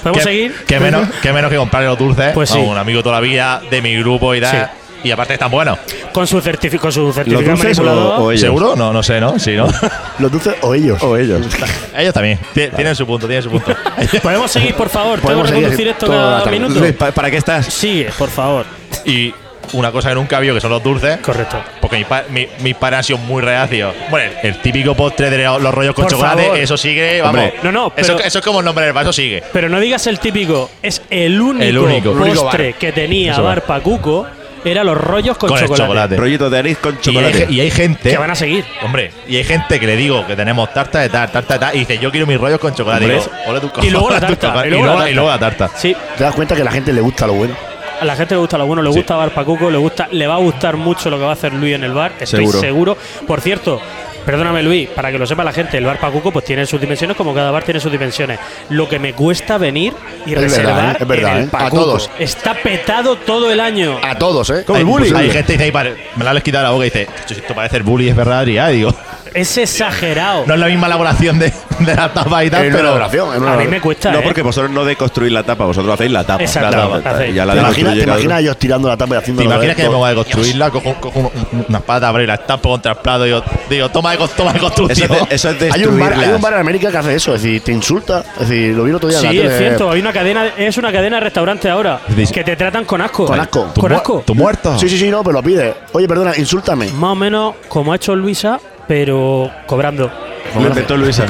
I: ¿Podemos
J: ¿Qué-
I: seguir?
J: qué menos, qué menos que comprar los dulces
I: Pues sí.
J: a un amigo toda la vida de mi grupo y tal. Y aparte están buenos.
I: Con su, certifi- con su
E: ¿Los
I: certificado
E: dulces
I: manipulador.
E: o, o ellos?
J: ¿Seguro? No, no sé, ¿no? Sí, ¿no?
H: Los dulces o ellos.
E: O ellos.
J: Ellos también. Ti- Tienen su punto, tienen su punto.
I: ¿Podemos seguir, por favor? ¿Tengo
H: Podemos
I: que
H: seguir
I: reconducir esto
H: toda la
I: cada
H: tarde.
I: minuto?
E: Luis, ¿pa- Eh, ¿Para qué estás?
I: Sigue, por favor.
J: y una cosa que nunca vio, que son los dulces.
I: Correcto.
J: Porque mis pa- mi- mis padres han sido muy reacios. Bueno, el- el típico postre de los rollos con
I: Por
J: chocolate,
I: favor.
J: eso
E: Eh,
J: sigue, vamos.
I: Hombre. No, no,
J: Pues eso,
I: pero-
J: eso es como el nombre del vaso, sigue.
I: Pero no digas el típico, es el único,
J: El único. El único
I: postre que tenía
J: Eso va.
I: Barpa Cuco era los rollos con,
J: Con el
I: chocolate.
J: chocolate.
E: Rollitos de anís con
J: Y hay,
E: chocolate.
J: ge- y hay gente.
I: Que van a seguir.
J: Hombre, y hay gente que le digo que tenemos tarta de tal, tarta de tal, y dice, yo quiero mis rollos con chocolate.
E: Hombre.
J: Digo, "Ole tu
I: Y luego la
J: cojones, tu
I: tarta,
J: cojones".
I: y luego la tarta.
J: Y luego la tarta.
I: Sí,
H: Te das cuenta que a la gente le gusta lo bueno.
I: a la gente le gusta lo bueno, le
J: Sí.
I: gusta Barpa Cuco, le gusta, le va a gustar mucho lo que va a hacer Luis en el bar, estoy seguro.
E: Seguro.
I: Por cierto, perdóname Luis, para que lo sepa la gente, el Barpa Cuco pues tiene sus dimensiones como cada bar tiene sus dimensiones. Lo que me cuesta venir y
H: Es verdad,
I: reservar
H: ¿eh? Es verdad,
I: en el
H: ¿eh? A
I: Pacuco.
H: todos.
I: Está petado todo el año.
H: A todos, ¿eh?
J: hay,
H: Imposible.
J: hay gente que dice, "Ay, padre, me la has quitado de la boca y dice, "Esto- esto parece el bully, es verdad, Adrián. Y digo,
I: Es exagerado.
J: no es la misma elaboración de, de la tapa y tal,
H: En una
J: pero.
H: elaboración, en una
I: a mí
H: elaboración.
I: me cuesta.
E: no,
I: ¿eh?
E: porque vosotros no deconstruís la tapa, vosotros hacéis la tapa.
I: Exacto,
E: La tapa,
I: la hacéis.
E: Ya la
H: ¿Te imaginas,
E: deconstruye
H: ¿Te
E: cada uno.
H: imaginas ellos tirando la tapa y haciendo
J: ¿Te imaginas que me pongo a deconstruirla? Cojo, cojo un- un- una espada, abro y la estampo contra el plato y digo, digo toma de, cos- toma de
E: Eso
J: construcción.
E: es, de- eso es
H: hay un, bar, hay un
E: destruirlas.
H: bar en América que hace eso, es decir, te insulta. Es decir, lo vi el otro día en
I: Sí,
H: la tele.
I: es cierto, hay una cadena, es una cadena de restaurante ahora
J: Dice-
I: que te tratan con asco.
H: Con asco.
J: ¿Tu,
I: Con
J: mu-
I: asco.
J: tu muerto?
H: Sí, sí, sí, no, pero lo pide. Oye, perdona, insúltame.
I: Más o menos como ha hecho Luisa, pero cobrando.
E: Lo inventó Luisa.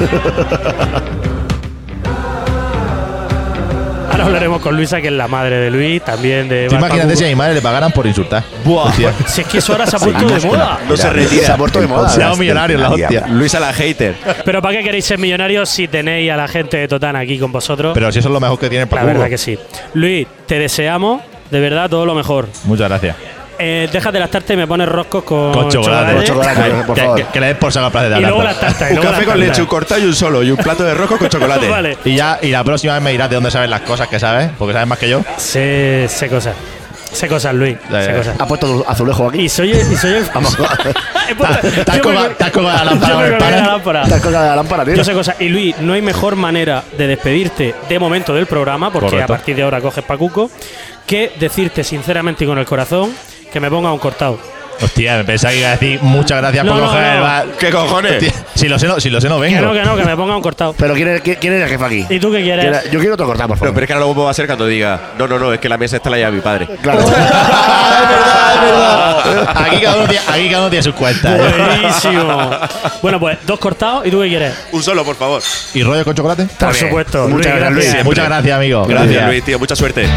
I: Ahora hablaremos con Luisa, que es la madre de Luis, también de.
J: ¿Tú
I: Barba
J: imagínate
I: Cuco.
J: si a mi madre le pagaran por insultar. Buah.
I: Si es que eso ahora se ha puesto de moda.
E: No se retira.
H: Se ha puesto de moda.
J: Se llama millonario la hostia.
E: Luisa la hater.
I: Pero ¿para qué queréis ser millonarios si tenéis a la gente de Totana aquí con vosotros?
J: Pero si eso es lo mejor que tiene
I: la
J: para
I: verdad que sí. Luis, te deseamos de verdad todo lo mejor.
J: Muchas gracias.
I: Eh, déjate las tartas y me pones roscos con,
J: Con chocolate.
H: Con chocolate, por
J: Que-
H: favor.
J: que- Que le des por saco al placer de
I: Y luego
J: hablar.
I: las tartas. y
E: Un
I: luego
E: café
I: las
E: con
I: tartas.
E: leche, un cortado y un solo. Y un plato de rojo con chocolate.
I: Vale.
J: Y ya, y la próxima vez me dirás de dónde sabes las cosas que sabes, porque sabes más que yo.
I: Sé, sé cosas. Sé cosas, Luis.
J: Ya,
I: Sé
J: ya.
I: cosas.
H: Ha puesto azulejo aquí.
I: Y soy el. Y soy el Vamos.
J: Te has colgado- te has colgado la lámpara
I: Yo
J: con
I: me
J: el
I: colgué
J: panel.
I: la lámpara.
H: Estás con la lámpara, tío.
I: Yo sé cosas. Y Luis, no hay mejor manera de despedirte de momento del programa, porque
J: Correcto.
I: a partir de ahora coges Pacuco, que decirte sinceramente y con el corazón que me ponga un cortado.
J: Hostia, me pensaba que iba a decir muchas gracias
I: No,
J: por
I: no,
J: coger
I: no.
J: el bar.
E: ¿Qué
J: Hostia,
E: cojones?
J: Si lo sé, no, si lo sé, no
I: Que
J: vengo.
I: no, que no, que me ponga un cortado.
H: Pero ¿quién es, quién- quién es el jefe aquí?
I: ¿Y tú qué quieres?
H: Quiero- Yo quiero otro cortado, por
E: No,
H: favor.
E: pero es que ahora lo va a hacer cuando diga, no, no, no, es que la mesa está la llave mi padre.
H: Claro.
I: Ah,
J: Aquí cada uno tiene, aquí cada uno tiene sus cuentas. ¿eh?
I: Buenísimo. bueno, pues dos cortados. ¿Y tú qué quieres?
E: Un solo, por favor.
J: ¿Y rollo con chocolate?
I: Por
H: bien.
I: supuesto.
H: Muchas gracias, Luis.
J: Sí, Muchas gracias, amigo.
E: Gracias, Luis, tío. Mucha suerte.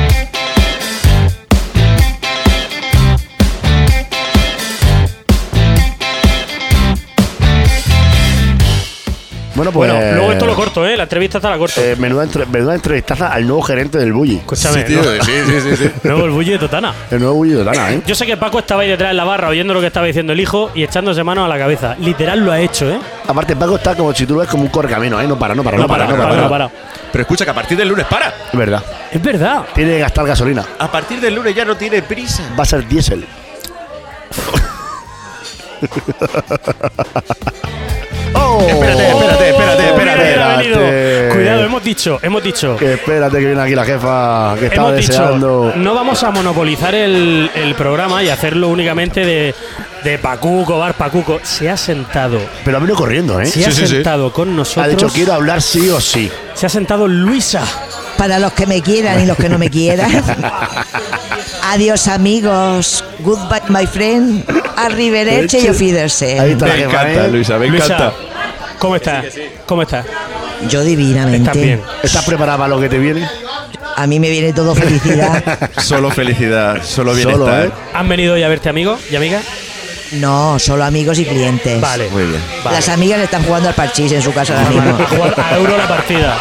H: Bueno, pues.
I: Bueno, luego esto lo corto, ¿eh? La entrevista está la corto.
H: eh, menuda, entre- menuda entrevistaza al nuevo gerente del Bully.
I: Escúchame. ¿no?
E: sí, sí, sí. sí.
I: Luego el bulli de Totana.
H: El nuevo Bully de Tana, ¿eh?
I: Yo sé que Paco estaba ahí detrás en la barra oyendo lo que estaba diciendo el hijo y echándose manos a la cabeza. Literal lo ha hecho, ¿eh?
H: Aparte, Paco está como si tú lo ves como un correcamino, ¿eh? No para, no para, no, para, no para.
I: Paco no para.
E: Pero escucha que a partir del lunes para.
H: Es verdad.
I: Es verdad.
H: Tiene que gastar gasolina.
E: A partir del lunes ya no tiene prisa.
H: Va a ser diésel. oh,
E: Espérate, espérate, espérate, espérate.
I: Mira, mira, ha venido.
H: Espérate.
I: Cuidado, hemos dicho, hemos dicho.
H: Que espérate que viene aquí la jefa que estaba
I: Hemos
H: deseando.
I: dicho, no vamos a monopolizar el, el programa y hacerlo únicamente de, de Pacuco, Bar Pacuco. Se ha sentado,
H: Pero ha venido corriendo, ¿eh?
I: se ha
E: sí, sí.
I: sentado con
H: Ha dicho,
I: nosotros.
H: quiero hablar sí o sí.
I: Se ha sentado Luisa,
K: para los que me quieran y los que no me quieran. Adiós amigos, goodbye my friend, arrivederci y auf Wiedersehen.
E: Ahí está Me la que va, encanta, ¿eh? Luisa, me encanta.
I: ¿Cómo estás? ¿Cómo estás?
K: Yo divinamente.
I: ¿Estás bien?
H: ¿Estás preparada para lo que te viene?
K: A mí me viene todo felicidad.
E: Solo felicidad, solo bienestar.
I: ¿Han venido hoy a verte amigos y amigas?
K: No, solo amigos y clientes.
I: Vale.
E: Pues Muy bien.
I: Vale.
K: Las amigas están jugando al parchís en su casa ahora
I: A
K: mismo.
I: jugar a euro la partida.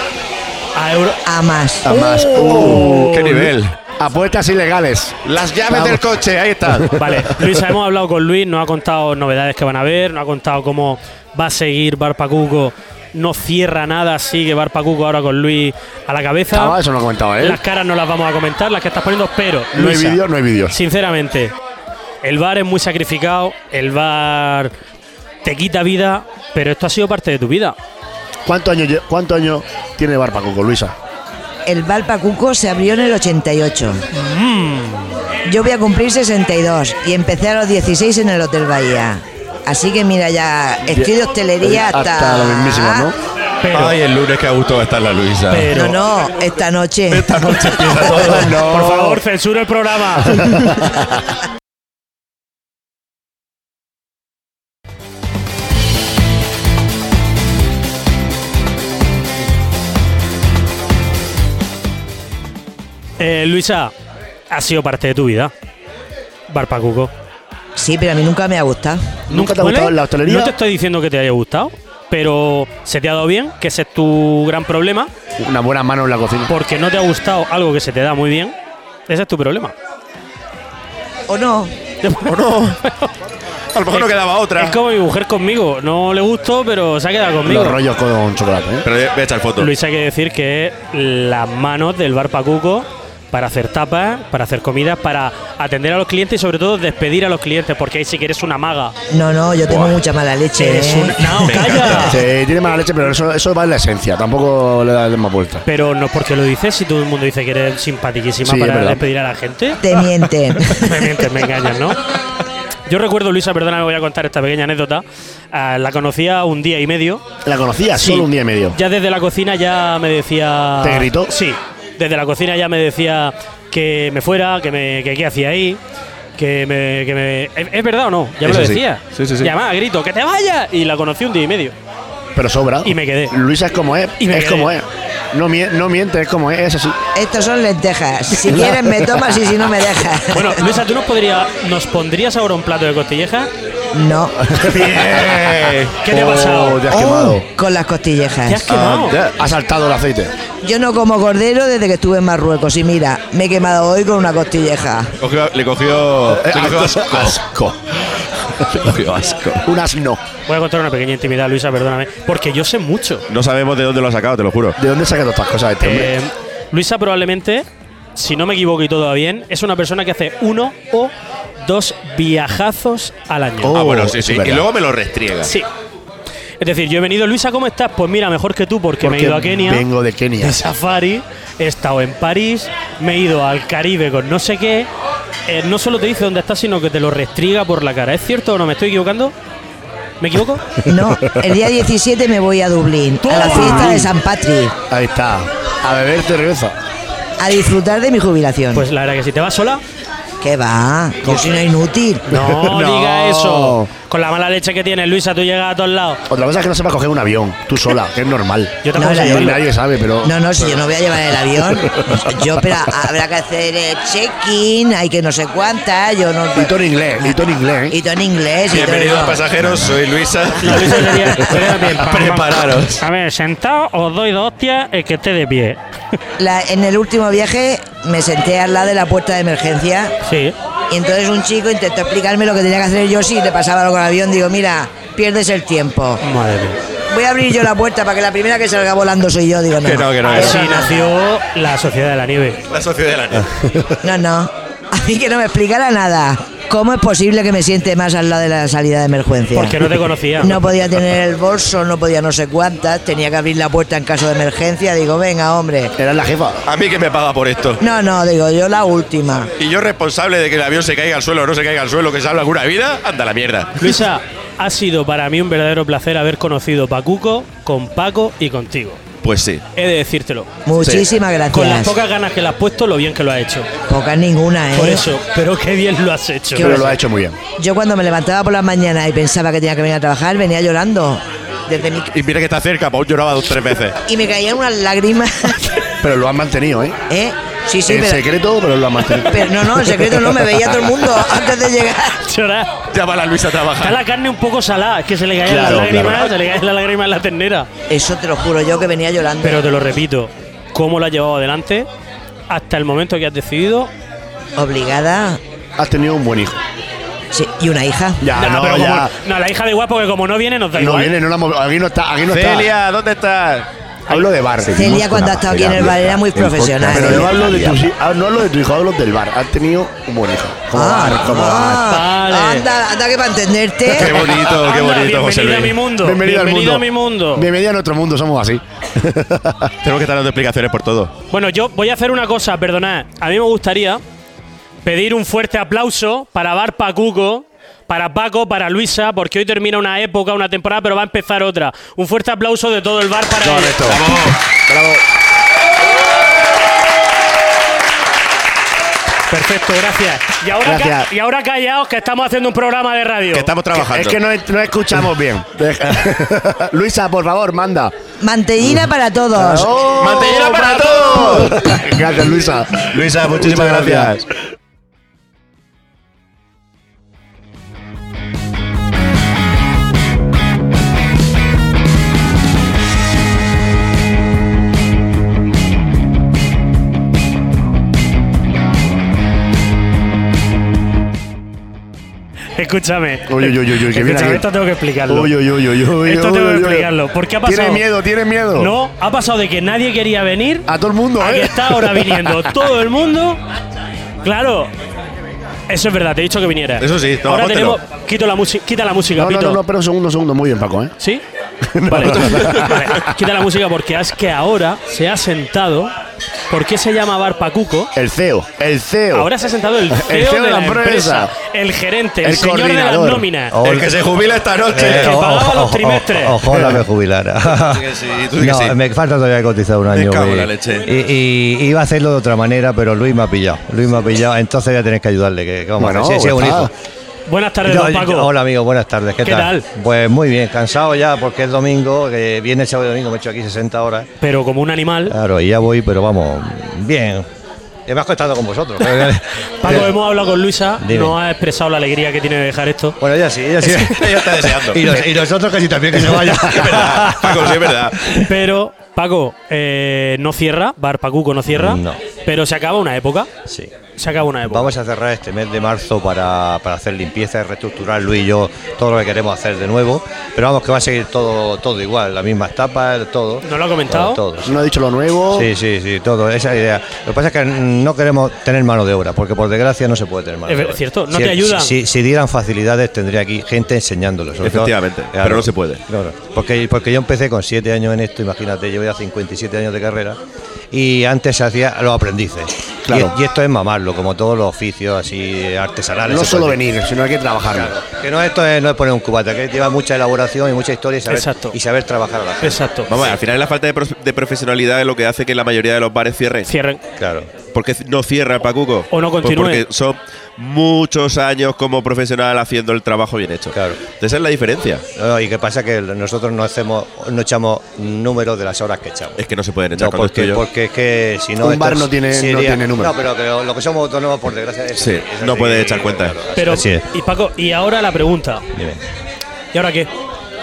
I: A euro.
K: A más.
H: A más. Uh,
E: ¡Qué nivel!
H: Apuestas ilegales.
E: Las llaves
H: Vamos.
E: del coche, ahí están.
I: Vale, Luisa, hemos hablado con Luis, nos ha contado novedades que van a haber, nos ha contado cómo va a seguir Barpacuco, no cierra nada, sigue Barpacuco ahora con Luis a la cabeza.
H: Ah, eso no lo he comentado, ¿eh?
I: Las caras no las vamos a comentar, las que estás poniendo, pero
H: No hay
I: Luisa,
H: vídeos, no hay vídeos.
I: sinceramente, el bar es muy sacrificado, el bar te quita vida, pero esto ha sido parte de tu vida.
H: ¿Cuántos años lle- cuánto año tiene Barpaco con Luisa?
K: El Valpacuco se abrió en el 88. Yo voy a cumplir 62 y empecé a los 16 en el Hotel Bahía. Así que mira, ya estoy de hostelería hasta.
H: Eh, Hasta lo mismísimo, ¿no?
I: Pero,
E: Ay, el lunes que a gusto va a estar la Luisa.
I: Pero-
K: No, no, esta noche.
E: Esta noche empieza todo.
I: por favor, censura el programa. Eh, Luisa, ha sido parte de tu vida. Barpacuco.
K: Sí, pero a mí nunca me ha gustado.
H: ¿Nunca te ha gustado la hostelería?
I: No te estoy diciendo que te haya gustado, pero se te ha dado bien, que ese es tu gran problema,
H: Una buena mano en la cocina.
I: porque no te ha gustado algo que se te da muy bien. Ese es tu problema.
K: ¿O no?
E: A lo mejor no quedaba otra.
I: Es como mi mujer conmigo. No le gustó, pero se ha quedado conmigo.
H: Los rollos con chocolate, ¿eh?
E: Pero voy a echar foto.
I: Luis, hay que decir que es las manos del bar Pacuco para hacer tapas, para hacer comidas, para atender a los clientes y sobre todo despedir a los clientes, porque ahí sí que eres una maga.
K: No, no, yo tengo mucha mala leche.
I: Eres
K: ¿eh?
I: un- No, calla.
H: Sí, tiene mala leche, pero eso, eso va en la esencia. Tampoco le da más vuelta.
I: Pero no es porque lo dices, si todo el mundo dice que eres simpatiquísima
H: Sí, es
I: para
H: verdad.
I: despedir a la gente.
K: Te mienten.
I: me mientes, me engañas, ¿no? Yo recuerdo, Luisa, perdona, me voy a contar esta pequeña anécdota. Ah, la conocía un día y medio.
H: La conocía
I: Sí.
H: solo un día y medio.
I: Ya desde la cocina ya me decía.
H: ¿Te gritó?
I: Sí. Desde la cocina ya me decía que me fuera, que me que qué hacía ahí, que me. Que me ¿Es, es verdad o no? Ya me
E: Eso
I: lo
E: sí.
I: decía.
E: Sí, sí, sí.
I: Y además, grito, ¡que te vayas! Y la conocí un día y medio.
H: Pero sobra.
I: Y me quedé.
H: Luisa es como es.
I: Y me
H: es
I: quedé.
H: como es. No, mie- no miente, es como es. Es así.
K: Estos son lentejas. Si quieres me tomas y si no me dejas.
I: Bueno, Luisa, ¿tú nos, podría, nos pondrías ahora un plato de costillejas?
K: No.
I: ¿Qué te ha
H: Oh,
I: pasado?
H: Te has
K: Oh,
H: quemado.
K: con las
I: ¿Te has
K: costillejas.
I: quemado?
H: Has saltado el aceite.
K: Yo no como cordero desde que estuve en Marruecos y mira, me he quemado hoy con una costilleja.
E: Cogió- le cogió. Le cogió
H: Eh, asco.
E: asco.
H: asco.
E: Le cogió asco.
H: Un asno.
I: Voy a contar una pequeña intimidad, Luisa, perdóname. Porque yo sé mucho.
E: No sabemos de dónde lo ha sacado, te lo juro.
H: ¿De dónde saca todas estas cosas este hombre?
I: Eh, Luisa probablemente, si no me equivoco y todo va bien, es una persona que hace uno o dos viajazos al año.
H: Oh.
E: ah, bueno, sí,
H: es
E: sí. Y
H: verdad.
E: luego me lo restriega.
I: Sí. Es decir, yo he venido, Luisa, ¿cómo estás? Pues mira, mejor que tú porque, me he
H: Porque
I: ido a Kenia.
H: Vengo de Kenia.
I: de safari, he estado en París, me he ido al Caribe con no sé qué. Eh, no solo te dice dónde estás, sino que te lo restriega por la cara. ¿Es cierto o no? ¿Me estoy equivocando? ¿Me equivoco?
K: No, el día 17 me voy a Dublín, a la fiesta de San Patrick,
H: Ahí está. A beber cerveza.
K: a disfrutar de mi jubilación.
I: Pues la verdad que si te vas sola,
K: ¿Qué va? Yo soy una inútil.
I: no,
H: No.
I: diga eso. Con la mala leche que tienes, Luisa, tú llegas a todos lados.
H: Otra cosa es que no sepas coger un avión. Tú sola, que es normal.
I: Yo tampoco sé
K: No, la-
I: llevarlo.
H: Nadie sabe, pero.
K: No, no, si yo no voy a llevar el avión, yo pero habrá que hacer el check-in, hay que no sé cuánta, yo no...
H: Y todo en inglés, y todo en inglés. ¿eh?
K: Y todo en inglés. y todo en-
E: Bienvenidos pasajeros, soy Luisa.
I: No, Luisa sería- sería bien, pam, pam.
E: Prepararos.
I: A ver, sentado, os doy dos hostias el que esté de pie.
K: La- en el último viaje me senté al lado de la puerta de emergencia
I: Sí.
K: Y entonces un chico intentó explicarme lo que tenía que hacer yo si le pasaba algo al avión. Digo, mira, pierdes el tiempo.
I: Madre mía.
K: Voy a abrir yo la puerta para que la primera que salga volando soy yo. Digo, no.
E: Que no, que no,
H: Ah,
E: que
I: Así nació la Sociedad de la Nieve.
E: no. La sociedad de la nieve.
K: No, no. A mí que no me explicara nada. ¿Cómo es posible que me siente más al lado de la salida de emergencia?
I: Porque no te conocía.
K: No podía tener el bolso, no podía no sé cuántas, tenía que abrir la puerta en caso de emergencia. Digo, venga, hombre.
H: Eras la jefa.
E: A mí que me paga por esto.
K: No, no, digo, yo la última.
E: Y yo responsable de que el avión se caiga al suelo o no se caiga al suelo, que salga alguna vida, anda la mierda.
H: pues-
I: Luisa, ha sido para mí un verdadero placer haber conocido Pacuco con Paco y contigo.
E: Pues sí.
I: He de decírtelo.
K: Muchísimas gracias.
I: Con las pocas ganas que le has puesto, lo bien que lo has hecho.
K: Pocas ninguna, ¿eh?
I: Por eso, pero qué bien lo has hecho.
H: Pero lo ha hecho muy bien.
K: Yo cuando me levantaba por las mañanas y pensaba que tenía que venir a trabajar, venía llorando. Desde mi...
E: Y mira que está cerca, Paul lloraba dos tres veces.
K: Y me caían unas lágrimas.
H: Pero lo han mantenido, ¿eh?
K: ¿Eh? Sí, sí,
H: en
K: pero,
H: secreto, pero lo han mantenido.
K: pero no, no, en secreto no, me veía todo el mundo antes de llegar.
I: Llorar.
E: Llama a la Luisa a
I: Está
E: trabajar.
I: la carne un poco salada, es que se le caen las
H: Claro,
I: lágrimas,
H: claro.
I: se le caen las lágrimas en la ternera.
K: Eso te lo juro yo que venía llorando.
I: Pero te lo repito, cómo lo has llevado adelante hasta el momento que has decidido.
K: Obligada.
H: Has tenido un buen hijo.
K: Sí, y una hija.
H: Ya,
I: Nah,
H: Ah, no,
I: pero como-
H: ya.
I: no, la hija de guapo que como no viene nos da
H: No
I: igual.
H: viene, no la hemos- Aquí no está. Aquí no está.
E: Celia, ¿dónde estás?
H: Hablo de bar.
K: Celia cuando ha estado aquí en el bar era muy profesional.
H: Pero
K: ¿eh?
H: no hablo, de tu, hi- ah, no hablo de tu hijo, hablo del bar. Has tenido un buen hijo. Como bar, como bar.
K: ah,
I: Vale.
K: Anda, anda que para entenderte.
E: Qué bonito, qué
I: Anda,
E: bonito, José
I: bienvenido
E: Luis.
I: a mi mundo.
H: Bienvenido al
I: a
H: mundo.
I: mi mundo.
H: Bienvenida a nuestro mundo, somos así.
E: Tenemos que estar dando explicaciones por todo.
I: Bueno, yo voy a hacer una cosa, perdonad. A mí me gustaría pedir un fuerte aplauso para Bar Pacuco, para Paco, para Luisa, porque hoy termina una época, una temporada, pero va a empezar otra. Un fuerte aplauso de todo el bar para ellos.
H: Correcto. Bravo.
I: Perfecto, gracias. Y ahora, ca-
H: Gracias.
I: y ahora callaos que estamos haciendo un programa de radio.
E: Que estamos trabajando.
H: Es que no, no escuchamos bien. Deja- Luisa, por favor, manda.
K: Mantellina para todos.
H: ¡Oh,
E: ¡Mantellina para todos!
H: Gracias, Luisa.
E: Luisa, muchísimas
H: Muchas
E: gracias.
I: Escúchame.
H: Uy, uy, uy, uy, uy, que viene
I: Escúchame,
H: aquí.
I: esto tengo que explicarlo.
H: Uy, uy, uy, uy, uy,
I: Esto tengo
H: uy,
I: que
H: uy, uy.
I: explicarlo, porque ha pasado-
H: Tiene miedo, tiene miedo.
I: No, ha pasado de que nadie quería venir
H: A todo el mundo,
I: a que
H: ¿eh?
I: está ahora viniendo todo el mundo. Claro. Eso es verdad, te he dicho que viniera.
E: Eso sí, toma,
I: Ahora
E: póntelo.
I: tenemos. Quito la música, quita la música,
H: No, no,
I: Pito.
H: no, no, pero un segundo, un segundo. Muy bien, Paco, ¿eh?
I: ¿Sí? Vale. Vale, Quita la música porque es que ahora se ha sentado. ¿Por qué se llama Bar Pacuco?
H: El CEO, el CEO.
I: Ahora se ha sentado el CEO, de la empresa, el gerente, el,
H: El
I: señor de las
H: coordinador.
I: nóminas.
L: Oh,
E: El que se jubila esta noche.
I: Eh, que pagaba los trimestres.
L: Ojalá me jubilara.
E: que sí, tú di que
L: No,
E: sí.
L: me falta todavía cotizar un año.
E: cago en
L: güey.
E: la leche.
L: Y, y- iba a hacerlo de otra manera, pero Luis me ha pillado. Luis me ha pillado, entonces voy a tener que ayudarle. Que, que vamos a
H: Bueno,
L: hacer, si es un
H: pues
L: hijo.
I: Buenas tardes,
L: Yo-
I: don
L: yo-
I: Paco.
L: hola amigo, buenas tardes. ¿Qué,
I: ¿Qué tal?
L: Pues muy bien, cansado ya porque es domingo, que viene el sábado y domingo, me he hecho aquí 60 horas.
I: Pero como un animal.
H: Ah.
L: Claro, y ya voy, pero vamos, bien. Y me has contado con vosotros. pero-
I: Paco,
H: Eh.
I: hemos hablado con Luisa,
L: Dime.
I: nos ha expresado la alegría que tiene de dejar esto.
L: Bueno, ella sí, ella sí.
E: Ella está deseando.
L: Y, nos- y nosotros casi también que se vaya.
E: Es verdad, Paco, sí, es verdad.
I: Pero, Paco, eh, no cierra, Bar Pacuco no cierra,
L: No.
I: pero se acaba una época.
L: Sí.
I: Se acaba una época.
L: Vamos a cerrar este mes de marzo para, para hacer limpieza y reestructurar Luis y yo todo lo que queremos hacer de nuevo. Pero vamos que va a seguir todo, todo igual, las mismas tapas, todo.
I: ¿No lo ha comentado?
L: Todo, todo, sí.
H: No ha dicho lo nuevo.
L: Sí, sí, sí, todo, esa idea. Lo que pasa es que no queremos tener mano de obra, porque por desgracia no se puede tener mano
I: Es
L: de
I: ver-
L: obra.
I: cierto, no
L: Si-
I: te ayudan.
L: Si, si dieran facilidades, tendría aquí gente enseñándolo. sobre todo.
E: Efectivamente, pero no se puede.
L: claro. porque, porque yo empecé con 7 años en esto, imagínate, llevo ya 57 años de carrera, y antes se hacía a los aprendices.
H: Claro.
L: Y, y esto es mamarlo, como todos los oficios así artesanales.
H: No
L: se
H: solo
L: puede.
H: venir, sino hay que trabajarlo.
L: Que no esto es, no es poner un cubata, que lleva mucha elaboración y mucha historia y saber,
I: Exacto.
L: y saber trabajar a la gente.
I: Exacto.
E: Vamos, al final la falta de, pro- de profesionalidad es lo que hace que la mayoría de los bares cierren.
I: Cierren.
L: Claro.
E: porque no cierra el Pacuco?
I: O no
E: Pues
I: continúe.
E: porque son muchos años como profesional haciendo el trabajo bien hecho.
L: Claro.
E: Esa es la diferencia.
L: No, y qué pasa que nosotros no hacemos, no echamos números de las horas que echamos.
E: Es que no se pueden echar
L: No,
E: cuando
L: porque,
E: estoy yo.
L: porque es que si no.
H: Un
L: esto
H: bar no tiene- no
L: sería-
H: tiene número.
L: No, pero que lo, lo que somos autónomos, por desgracia. es-
E: Sí,
L: es
E: no
L: así,
E: puede echar cuenta.
L: así-
I: Pero,
L: así es.
I: y Paco, y ahora la pregunta.
L: Dime.
I: ¿Y ahora qué?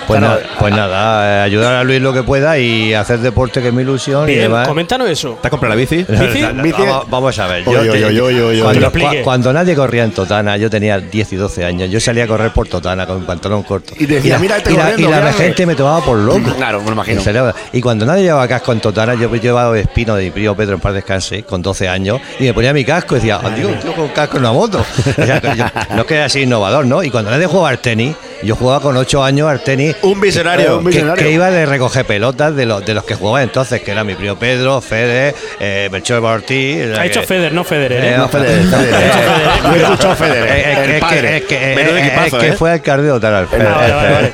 L: Pues,
H: Claro.
L: nada, pues nada, eh, ayudar a Luis lo que pueda y hacer deporte, que es mi ilusión. y
I: Bien,
L: demás. Pues
I: coméntanos eso.
E: ¿Te has comprado la bici?
I: ¿Bici?
H: Bici.
L: Vamos, vamos a ver.
H: Oye, oye, oye, oye, oye.
I: Que lo
L: cuando,
I: explique.
L: cua- cuando nadie corría en Totana, yo tenía 10 y 12 años. Yo salía a correr por Totana con pantalón corto.
H: Y decía,
L: la-
H: "Mira este
L: y la,
H: corriendo,
L: y la
H: mira".
L: gente me tomaba por loco.
H: Claro, me lo imagino.
L: Y salía- Y cuando nadie llevaba casco en Totana, yo llevaba espino de mi primo Pedro en paz descanse, con 12 años, y me ponía mi casco y decía, "Ah, digo, un tío con casco en una moto. O sea, que yo- no es que era así innovador, ¿no? Y cuando nadie jugaba al tenis, yo jugaba con 8 años al tenis
E: Un visionario.
H: Un
L: que-
H: millonario.
L: Que, iba de recoger pelotas de los, de los que jugaban entonces, que era mi primo Pedro, Fede, eh, Melchor Ortiz. eh,
I: Ha hecho
L: que-
I: Federer, no Federer. ¿eh?
L: Eh,
H: No, Federer, Federer.
L: eh,
H: Yo he escuchado Federer,
L: eh, eh,
H: el
L: es que-
H: padre.
L: es que-
E: Menudo
L: eh,
E: equipazo,
L: es que
H: Ah,
E: ¿eh?
L: fue el cardio tal.
I: vale, vale, vale.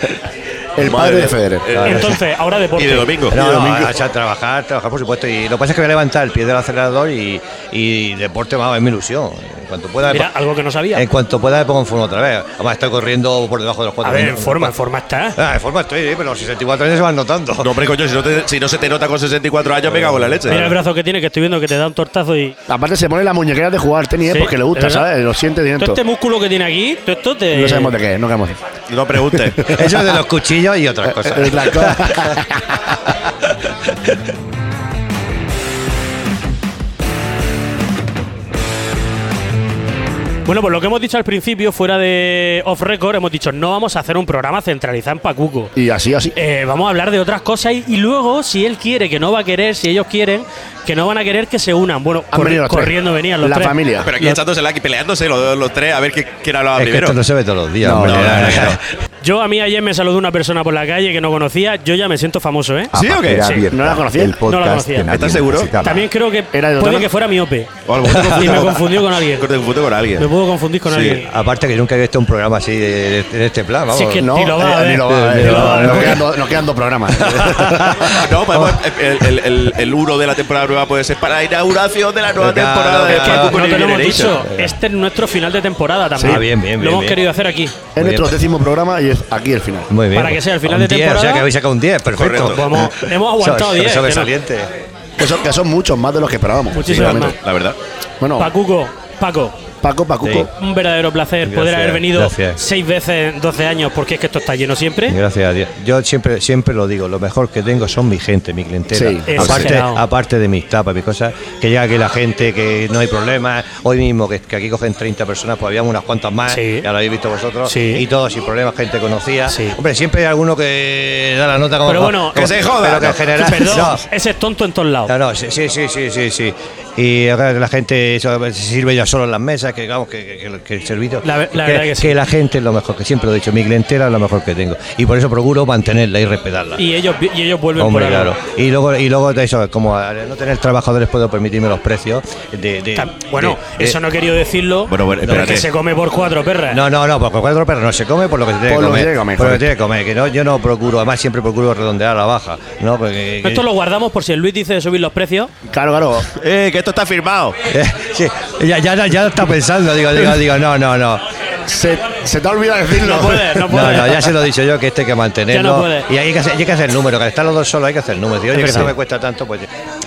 H: El
L: Madre
H: padre de
L: de-
H: Federer.
L: Claro.
I: Entonces, ahora deporte.
L: No,
H: Y de
L: no,
H: domingo.
L: o sea, trabajar, trabajar, por supuesto. Y lo que pasa es que voy a levantar el pie del acelerador y, y deporte, vamos, es mi ilusión. En cuanto pueda.
I: Mira, algo que no sabía.
L: En cuanto pueda, me pongo en forma otra vez. Además, estoy corriendo por debajo de los cuatro
I: A ver, en
L: minutos.
I: forma, en forma está.
L: Ah, en forma estoy, eh, pero los 64 años se van notando.
E: No, hombre, coño, si no, te- si no se te nota con 64 años, me cago en la leche.
I: Mira el brazo que tiene, que estoy viendo que te da un tortazo y.
H: Aparte se pone la muñequera de jugar tenis
I: Sí,
H: porque le gusta,
I: ¿es verdad?
H: ¿sabes? Lo siente
I: Todo
H: directo.
I: este músculo que tiene aquí, todo esto te.
H: No sabemos de qué, no queremos
E: No preguntes.
L: Eso es de los cuchillos y otras cosas.
H: Es la cosa.
I: Bueno, pues lo que hemos dicho al principio, fuera de off record, hemos dicho no vamos a hacer un programa centralizado en Pacuco.
H: Y así, así.
I: Eh, vamos a hablar de otras cosas y, y luego, si él quiere, que no va a querer, si ellos quieren, que no van a querer que se unan. Bueno,
H: Han
I: corri-
H: venido los tres.
I: corriendo venían los
H: La
I: tres.
H: familia.
E: Pero aquí echándose la y peleándose los, los tres a ver qué- quién hablaba
L: Es que
E: primero.
L: esto no se ve todos los días.
E: No,
L: hombre,
E: no,
L: la
E: la
L: verdad
E: verdad
I: Yo a mí ayer me saludó una persona por la calle que no conocía, yo ya me siento famoso,
H: Ah,
I: ¿eh?
E: ¿Sí o qué?
I: Sí.
H: ¿No la conocía?
M: El podcast
I: No la conocía.
M: que nadie
E: ¿Estás seguro?
M: necesitaba.
I: También creo que
H: Era de
I: puede
H: Dotana.
I: que fuera miope.
E: O a lo mejor te
I: Y me
E: confundió-
I: confundió con alguien.
E: Te confundió con alguien.
I: Me puedo confundir con
E: Sí.
I: alguien.
L: Aparte que nunca he visto un programa así de, de- de este plan, vamos.
I: Si es que ni lo va a
H: eh,
I: ver.
H: ni lo va a
L: Ni
H: ver.
L: lo va a ver.
H: Nos quedan dos- nos quedan dos programas.
E: No, podemos- eh, el, el, el, el uno de la temporada nueva puede ser para la inauguración de la nueva
L: Claro,
E: temporada de
L: claro.
I: Que
E: Paco
I: no te lo hemos dicho.
E: Generation.
I: Este es nuestro final de temporada también.
L: Ah, bien, bien,
I: Lo
L: bien,
I: hemos
L: bien.
I: querido hacer aquí.
H: Es nuestro décimo programa y es aquí el final.
L: Muy bien.
I: Para que sea el final
L: Un
I: de
L: 10, O sea
I: temporada.
L: que habéis sacado un 10, perfecto.
E: Correcto.
I: Vamos, hemos aguantado
L: Sobre-
I: 10. que no.
L: Sobresaliente.
H: Que son, que son muchos más de los que esperábamos.
I: Muchísimas
H: sinceramente.
E: La verdad.
H: Bueno,
I: Pacuco, Paco,
H: Paco, Pacuco.
L: Sí.
I: un verdadero placer
L: Gracias,
I: poder haber venido
L: gracias.
I: seis veces en 12 años, porque es que esto está lleno siempre.
L: Gracias a Dios. Yo siempre, siempre lo digo, lo mejor que tengo son mi gente, mi clientela.
H: Sí.
L: aparte,
I: Exagerado.
L: aparte de mis tapas, mis cosas, que llega aquí la gente, que no hay problemas. Hoy mismo, que, que aquí cogen 30 personas, pues habíamos unas cuantas más,
I: Sí.
L: ya lo habéis visto vosotros.
I: Sí.
L: Y todos sin problemas, gente conocida.
I: Sí.
L: Hombre, siempre hay alguno que da la nota como.
I: Pero bueno,
L: como-
E: Que se joda.
L: Pero que en general.
I: Perdón,
L: no.
I: ese es tonto en todos lados.
L: No, no, sí, sí, sí, sí, sí, sí. Y ahora la gente eso, se sirve ya solo en las mesas, que digamos que, que- que el servicio.
I: La ve- la verdad que sí.
L: la gente es lo mejor, que siempre lo he dicho, mi clientela es lo mejor que tengo. Y por eso procuro mantenerla y respetarla.
I: Y ellos, vi- y ellos vuelven
L: Hombre,
I: por algo.
L: claro. Y luego, y luego eso, como al no tener trabajadores puedo permitirme los precios de. de-
I: Tam- Bueno,
L: de-
I: eso no he querido decirlo.
E: Bueno, bueno,
I: pero
E: espérate.
I: que se come por cuatro perras.
L: No, no, no, porque cuatro perros no se come por lo que se tiene que
H: Por lo que
L: comer.
H: tiene que comer,
L: por lo que
H: correcto.
L: tiene que comer, que no, yo no procuro, además siempre procuro redondear la baja. ¿no? Porque,
I: Esto lo guardamos por si el Luis dice de subir los precios.
H: Claro, claro.
E: Eh, que esto está firmado.
L: Eh, sí, ya, ya, ya lo está pensando, digo, digo, digo, no, no, no.
H: Se, se te ha olvidado decirlo.
I: No puede, no
L: No,
I: puede.
L: no, ya se lo he dicho yo que este hay que
I: Ya no
L: mantenerlo.
I: puede.
L: y hay que, hacer, y hay que hacer el número, que están los dos solos, hay que hacer el número. Digo, oye, que esto
I: verdad.
L: me cuesta tanto, pues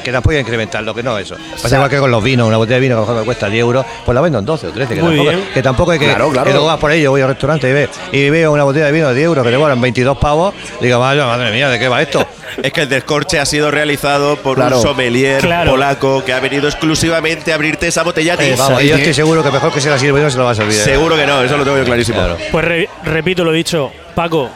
L: que tampoco hay que incrementarlo, que no eso. Pasa igual que con los vinos, una botella de vino que a lo mejor me cuesta 10 euros, pues la vendo en 12 o 13, que,
I: Muy
L: tampoco,
I: bien.
L: que tampoco hay que.
H: Claro, claro.
L: que luego vas por ahí, yo voy al restaurante y, ve, y veo una botella de vino de 10 euros que le valen 22 pavos, digo, madre, madre mía, ¿de qué va esto?
E: Es que el descorche ha sido realizado por
H: Claro.
E: un sommelier
I: Claro.
E: polaco que ha venido exclusivamente a abrirte esa botella. a ti.
L: Y vamos, y yo estoy seguro que mejor que se la sirve yo no se la va a servir.
E: Seguro que no, eso lo tengo yo clarísimo.
L: Claro.
I: Pues re- repito lo dicho, Paco.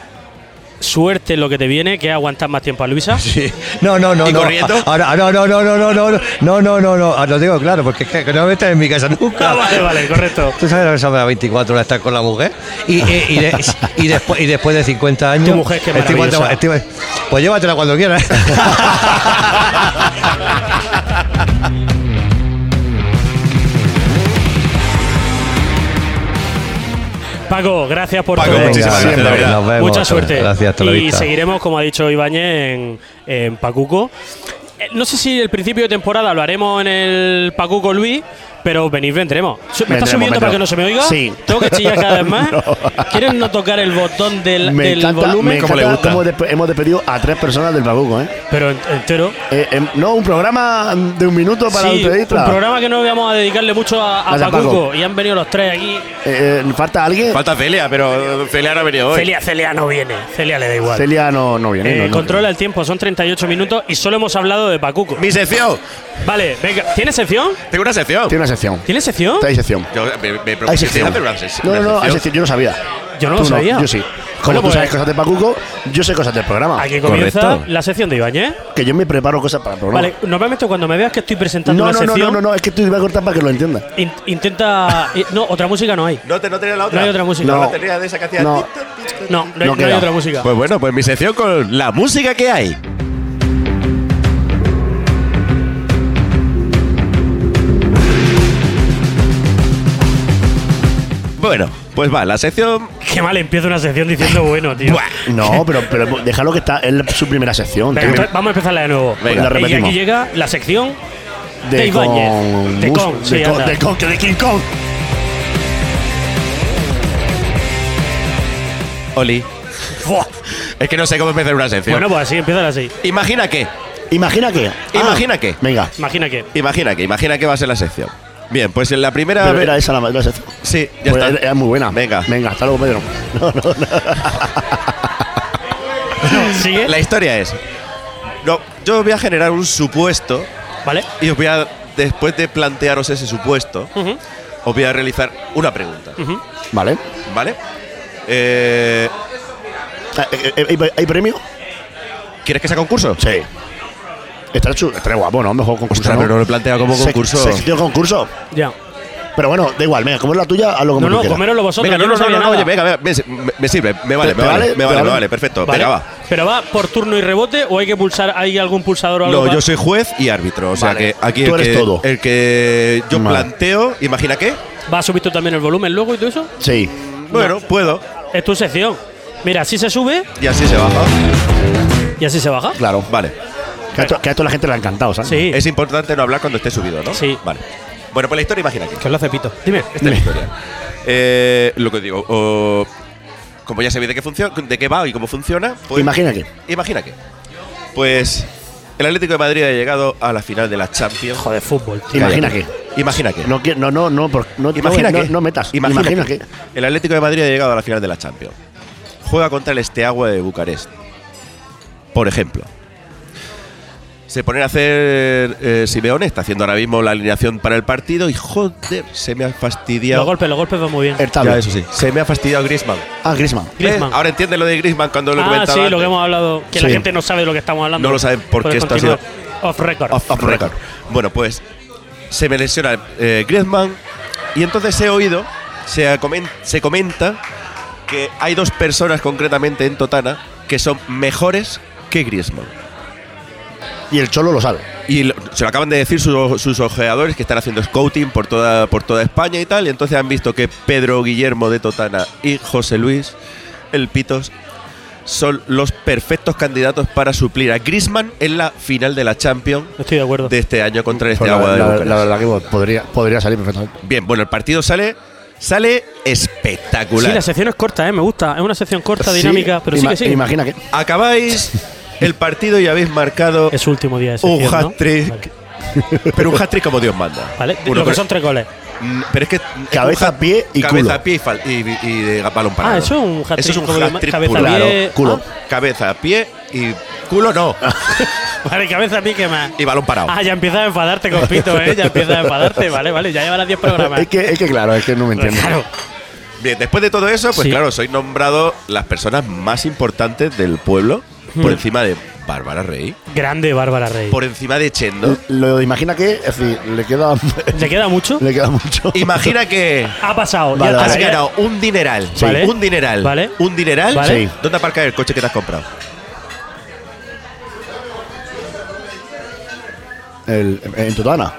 I: Suerte en lo que te viene, que aguantas más tiempo a Luisa.
L: Sí. No, no, no.
E: ¿Y
L: no.
E: corriendo?
L: Ahora, ah, no, no, no, no, no, no, no, no, no, no, no. Ah, Lo digo claro, porque es que que no me metas en mi casa nunca.
I: Ah, vale, vale, correcto.
L: Tú sabes lo que son las 24 horas estar con la mujer. Y, eh, y, de- y después, y después de 50 años.
I: Tu mujer, qué
L: estoy
I: maravillosa.
L: cuando- estoy- pues llévatela cuando quieras.
I: Paco, gracias por
E: Paco,
I: todo.
E: muchísimas
L: Venga,
E: gracias, de verdad.
L: nos vemos.
I: Mucha suerte.
L: Gracias, hasta la
I: y
L: vista.
I: seguiremos, como ha dicho Ibañez, en, en Pacuco. Eh, No sé si el principio de temporada lo haremos en el Pacuco Luis, pero venid, vendremos. Su- ¿Me
H: Vendremos,
I: estás subiendo
H: vendremos.
I: para que no se me oiga?
H: Sí.
I: ¿Tengo que chillar cada vez más?
H: No.
I: ¿Quieres no tocar el botón del,
H: Me
I: del
H: encanta,
I: volumen?
H: me
E: ¿Cómo le
H: encanta
E: gusta?
H: cómo despe- hemos despedido a tres personas del Pacuco, ¿eh?
I: Pero en- entero.
H: Eh, em, No, un programa de un minuto para
I: Sí, un
H: entrevista.
I: programa que no íbamos a dedicarle mucho a, a
H: Gracias,
I: Pacuco.
H: Paco.
I: Y han venido los tres aquí.
H: Eh, eh, ¿Falta alguien?
E: Falta Celia, pero Celia no ha venido hoy.
I: Celia, Celia no viene. Celia le da igual.
H: Celia no, no viene.
I: Eh,
H: no, no.
I: controla el tiempo, son 38 minutos y solo hemos hablado de Pacuco.
E: Mi sección.
I: Vale, venga, ¿tienes sección?
E: Tengo una sección.
H: Tiene una sección.
I: ¿Tienes sección?
H: Hay sección.
E: Yo me, me
H: Hay
E: propuse
H: sección.
E: hacer una ses-
H: No,
E: una
H: no, no, hay
E: sección.
H: sección. Yo no sabía.
I: Yo no lo
H: Tú
I: sabía.
H: yo sí.
I: Bueno,
H: Como tú
I: pues-
H: sabes cosas de Pacuco, yo sé cosas del programa.
I: Aquí comienza
E: Correcto.
I: la sección de Ibañez.
H: Que yo me preparo cosas para el programa.
I: Vale, normalmente cuando me veas que estoy presentando
H: No,
I: una
H: no, no,
I: sección,
H: no, no, no, es que tú ibas a cortar para que lo entiendas.
I: in- intenta. i- no, otra música no hay.
E: No, te, no tenía la otra.
I: No hay otra música.
E: No,
I: No.
E: la tenía de esa que hacía
H: No.
E: tic, toc, tic, toc.
I: No, no, hay-
H: No
I: no hay
H: queda.
I: otra música.
E: Pues bueno, pues mi sección con la música que hay. Bueno, pues va, la sección.
I: Qué mal empieza una sección diciendo bueno, tío.
H: No, pero, pero déjalo que está. Es la- su primera sección.
I: Venga,
H: tío.
I: entonces vamos a empezarla de nuevo.
H: Venga, la
I: y
H: repetimos.
I: aquí llega la sección de,
H: De con
I: Ibáñez. De
H: mus-
I: Con.
H: de
I: sí,
H: con-
I: anda.
H: de con- que de King Kong.
E: Oli. Buah, es que no sé cómo empezar una sección.
I: Bueno, pues así, empieza así.
E: Imagina que.
H: Imagina que. ah,
E: Imagina que.
H: Venga.
I: Imagina que.
E: Imagina que, imagina que va a ser la sección. Bien, pues en la primera.
H: Pero
E: vez-
H: era esa la, la sección.
E: Sí, ya
H: Pues
E: está.
I: eh,
H: Era, era muy buena. Venga. Venga, hasta luego, Pedro. No, no,
E: La historia es. No, yo voy a generar un supuesto.
I: ¿Vale?
E: Y os voy a. Después de plantearos ese supuesto,
I: Ujú.
E: os voy a realizar una pregunta.
I: Ujú.
H: Vale.
E: ¿Vale? Eh,
H: Ah, eh, ¿Hay premio?
E: ¿Quieres que sea concurso?
H: Sí. Estará, chu- estará guapo, ¿no? Mejor concurso.
E: Ostras, pero Pues no lo he planteado como
H: Se-
E: concurso.
H: sección concurso.
I: Ya.
H: Pero bueno, da igual. Venga, como es la tuya, hazlo como
E: No,
H: tú
E: no,
H: quieras.
I: coméroslo vosotros,
E: Venga,
I: yo
E: no,
I: no
E: no, no,
I: sabía
E: no,
I: nada.
E: oye, venga, venga, me, me- me sirve, me vale,
H: ¿Te-
E: me vale, me
H: te vale? ¿Te
E: vale, me
H: vale?
E: vale, perfecto,
I: ¿Vale?
E: venga, va.
I: ¿Pero va por turno y rebote o hay que pulsar, hay algún pulsador o algo?
E: No,
I: para-
E: yo soy juez y árbitro, o sea
I: Vale.
E: que aquí
I: Tú
E: el,
I: eres
E: que,
I: todo.
E: el que yo
I: Vale.
E: planteo, imagina qué.
I: ¿Vas a subir tú también el volumen luego y todo eso?
H: Sí.
E: Bueno, puedo.
I: Es tu sección. Mira, así se sube
E: Y así se baja.
I: y así se baja.
H: Claro.
E: Vale.
H: Que a, esto, que a esto la gente le ha encantado, ¿sabes?
I: Sí.
E: Es importante no hablar cuando esté subido, ¿no?
I: Sí.
E: Vale. Bueno, pues la historia, imagina qué.
I: Que lo hace Pito. Dime.
E: Esta es la historia. Eh, lo que digo, o- como ya sabéis de qué, funciona, de qué va y cómo funciona, pues.
H: Imagina que.
E: Imagina que. Pues. El Atlético de Madrid ha llegado a la final de la Champions.
I: Joder, fútbol.
H: Imagina que.
E: Imagina que.
H: No, qui- no, no, no, por- no,
E: Imagina
H: no,
E: que.
H: no, no metas.
E: Imagina,
H: que.
E: que. El Atlético de Madrid ha llegado a la final de la Champions. Juega contra el Esteagua de Bucarest. Por ejemplo. Se ponen a hacer. eh, Simeone está haciendo ahora mismo la alineación para el partido y joder, se me ha fastidiado.
I: Los golpes, los golpes van muy bien.
E: Ya, eso sí. Se me ha fastidiado Griezmann.
H: Ah, Griezmann.
I: Griezmann.
E: Eh, Ahora entiende lo de Griezmann cuando lo he
I: Ah,
E: comentaba
I: sí, lo
E: antes.
I: que hemos hablado. Que la
E: Sí.
I: gente no sabe de lo que estamos hablando.
E: No lo saben porque
I: Puedes
E: esto ha
I: continuar.
E: sido
I: Off record.
E: off, off record. Bueno, pues se me lesiona eh, Griezmann y entonces he oído, se, ha comen- se comenta que hay dos personas concretamente en Totana que son mejores que Griezmann.
H: Y el Cholo lo sabe.
E: Y lo- se lo acaban de decir sus, sus ojeadores que están haciendo scouting por toda, por toda España y tal. Y entonces han visto que Pedro Guillermo de Totana y José Luis, el Pitos, son los perfectos candidatos para suplir a Griezmann en la final de la Champions
I: Estoy de acuerdo.
E: este año contra este
H: Pero Pues
E: agua
H: la,
E: de
H: la-
E: Bucarest.
H: la verdad que po- podría, podría salir perfectamente.
E: Bien, bueno, el partido sale, sale espectacular.
I: Sí, la sección es corta, eh, me gusta. Es una sección corta,
H: Sí,
I: dinámica, pero sí
H: ima-
I: que sí.
H: imagina que-
E: Acabáis el partido y habéis marcado
I: Es su último día de sección,
E: un
I: ¿no?
E: hat-trick. Pero un hat-trick como Dios manda.
I: Vale,
E: Uno
I: lo que
E: con-
I: son tres goles.
E: Mm, Pero es que.
H: Cabeza,
E: es un hat-
H: pie y
E: cabeza,
H: culo.
E: pie y, fal- y- y- y de balón parado.
I: Ah, eso es un hat-trick
E: Eso es un
I: como de ma-
E: hat-trick
I: cabeza,
E: puro.
I: pie-
E: Culo. Cabeza, pie y. Culo no.
I: Vale, cabeza pique más.
E: y balón parado.
I: Ah, ya empiezas a enfadarte, compito, ¿eh? Ya empiezas a enfadarte, vale, vale. Ya llevarás 10 programas.
H: Es que, es que claro, es que no me entiendo.
I: Claro.
E: Bien, después de todo eso, pues
I: Sí.
E: claro, soy nombrado las personas más importantes del pueblo
I: Hmm.
E: por encima de Bárbara Rey,
I: Grande Bárbara Rey.
E: por encima de
I: Uh.
E: Chendo.
H: Lo de imagina que, es decir, le queda,
I: ¿Le queda mucho?
H: le queda mucho.
E: Imagina que
I: Ha pasado.
H: Vale,
I: ya
H: vale.
E: has
I: está, ¿eh? ya-
E: ganado un dineral.
I: Sí. Vale.
E: Un dineral.
I: Vale.
E: Un dineral.
I: Vale. Sí.
E: ¿Dónde aparcas el coche que te has comprado?
H: El, en Totana.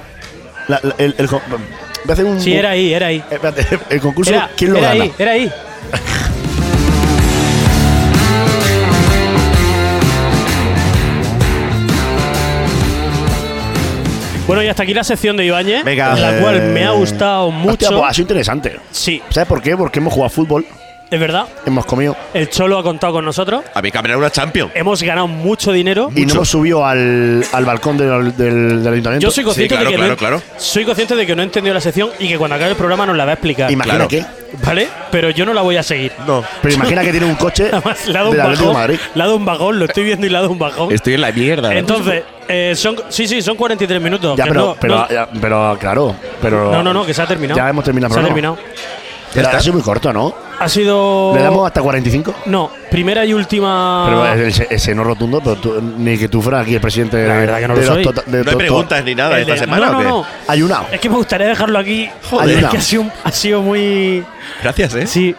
H: La- la- el, el con- voy a hacer un.
I: Sí, era ahí, era ahí.
H: Eh, espérate, el concurso,
I: Era,
H: ¿quién lo
I: era
H: gana?
I: ahí, era ahí. Bueno, y hasta aquí la sección de Ibáñez,
E: Venga. eh,
I: la cual me ha gustado mucho.
H: eh, Hostia, pues ha sido interesante.
I: sí,
H: ¿Sabes por qué? Porque hemos jugado a fútbol,
I: es verdad.
H: hemos comido
I: El Cholo ha contado con nosotros.
E: A mí caminar una Champions.
I: Hemos ganado mucho dinero.
H: y no hemos subido al, al balcón del, del- del ayuntamiento.
I: Yo soy consciente,
E: claro,
I: de que
E: claro,
I: no,
E: claro.
I: soy consciente de que no he entendido la sección y que cuando acabe el programa nos la va a explicar.
H: Imagina
E: claro.
H: que.
I: ¿Vale? Pero yo no la voy a seguir.
E: No.
H: Pero imagina que tiene un coche
I: Además, le ha dado un
H: del Atlético de
I: bajón.
H: Madrid.
I: Le ha dado un bajón, lo estoy viendo y le ha dado un bajón.
E: Estoy en la mierda.
I: Entonces, eh, son, sí, sí, son 43 minutos.
H: Ya,
I: que
H: pero,
I: no,
H: pero,
I: no-
H: ya, pero claro. Pero
I: no, no, no, que se ha terminado.
H: Ya hemos terminado el
I: Se ha
H: programa.
I: terminado. Oh.
H: Pero ha sido muy corto, ¿no?
I: Ha sido.
H: ¿Le damos hasta 45?
I: No, primera y última.
H: Pero eh, ese, ese no rotundo, pero tú- ni que tú fueras aquí el presidente
I: La verdad que no
H: de
I: lo
H: los
I: soy.
H: tota- de
E: No hay
H: to- to-
E: preguntas ni nada
I: El
E: esta
I: de-
E: semana.
I: No,
E: ¿o
I: no,
E: qué?
I: no.
H: Ayunado.
I: Es que me gustaría dejarlo aquí.
H: Joder.
I: Es que ha sido, ha sido muy.
E: Gracias, ¿eh?
I: Sí.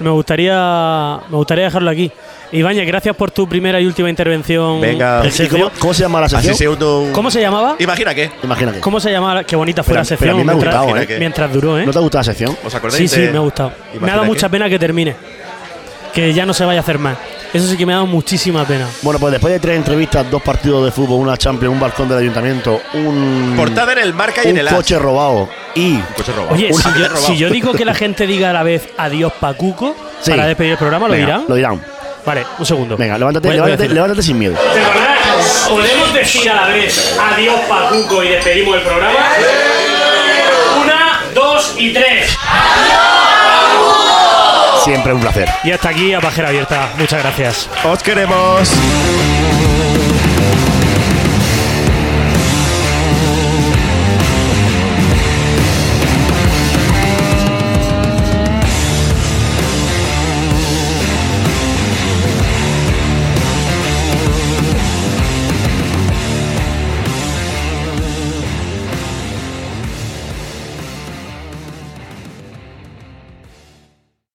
I: me gustaría, me gustaría dejarlo aquí. Ibañez, gracias por tu primera y última intervención.
H: Venga.
I: en
H: ¿Y cómo- cómo se llama la sección? Así se auto-
I: ¿Cómo se llamaba?
E: Imagina que.
H: Imagina que.
I: ¿Cómo se llamaba? la- Qué bonita fue
H: Pero-
I: la sección.
H: pero a mí me ha
I: mientras,
H: gustado, ¿eh?
I: mientras duró, ¿eh?
H: ¿No te ha gustado la sección?
E: ¿Os
I: Sí, sí, me ha gustado. Me ha dado mucha pena que termine. Que ya no se vaya a hacer más. Eso sí que me ha dado muchísima pena.
H: Bueno, pues después de tres entrevistas, dos partidos de fútbol, una Champions, un balcón del ayuntamiento, un.
E: Portada en el marca y
H: un
E: en el as.
H: coche robado. Y.
E: coche robado.
I: Oye,
H: Una
I: si
H: vez
I: yo,
H: robado.
I: si yo digo que la gente diga a la vez adiós Pacuco
H: Sí.
I: para despedir el programa, ¿lo
H: Venga,
I: dirán?
H: Lo dirán.
I: Vale, un segundo.
H: Venga, levántate,
I: Voy- voy a
H: levántate,
I: decirlo.
H: levántate sin miedo.
I: ¿Podemos decir a la vez adiós Pacuco y despedimos el programa? Una, dos y tres.
H: Siempre un placer.
I: Y hasta aquí a Pajera Abierta. Muchas gracias.
E: Os queremos.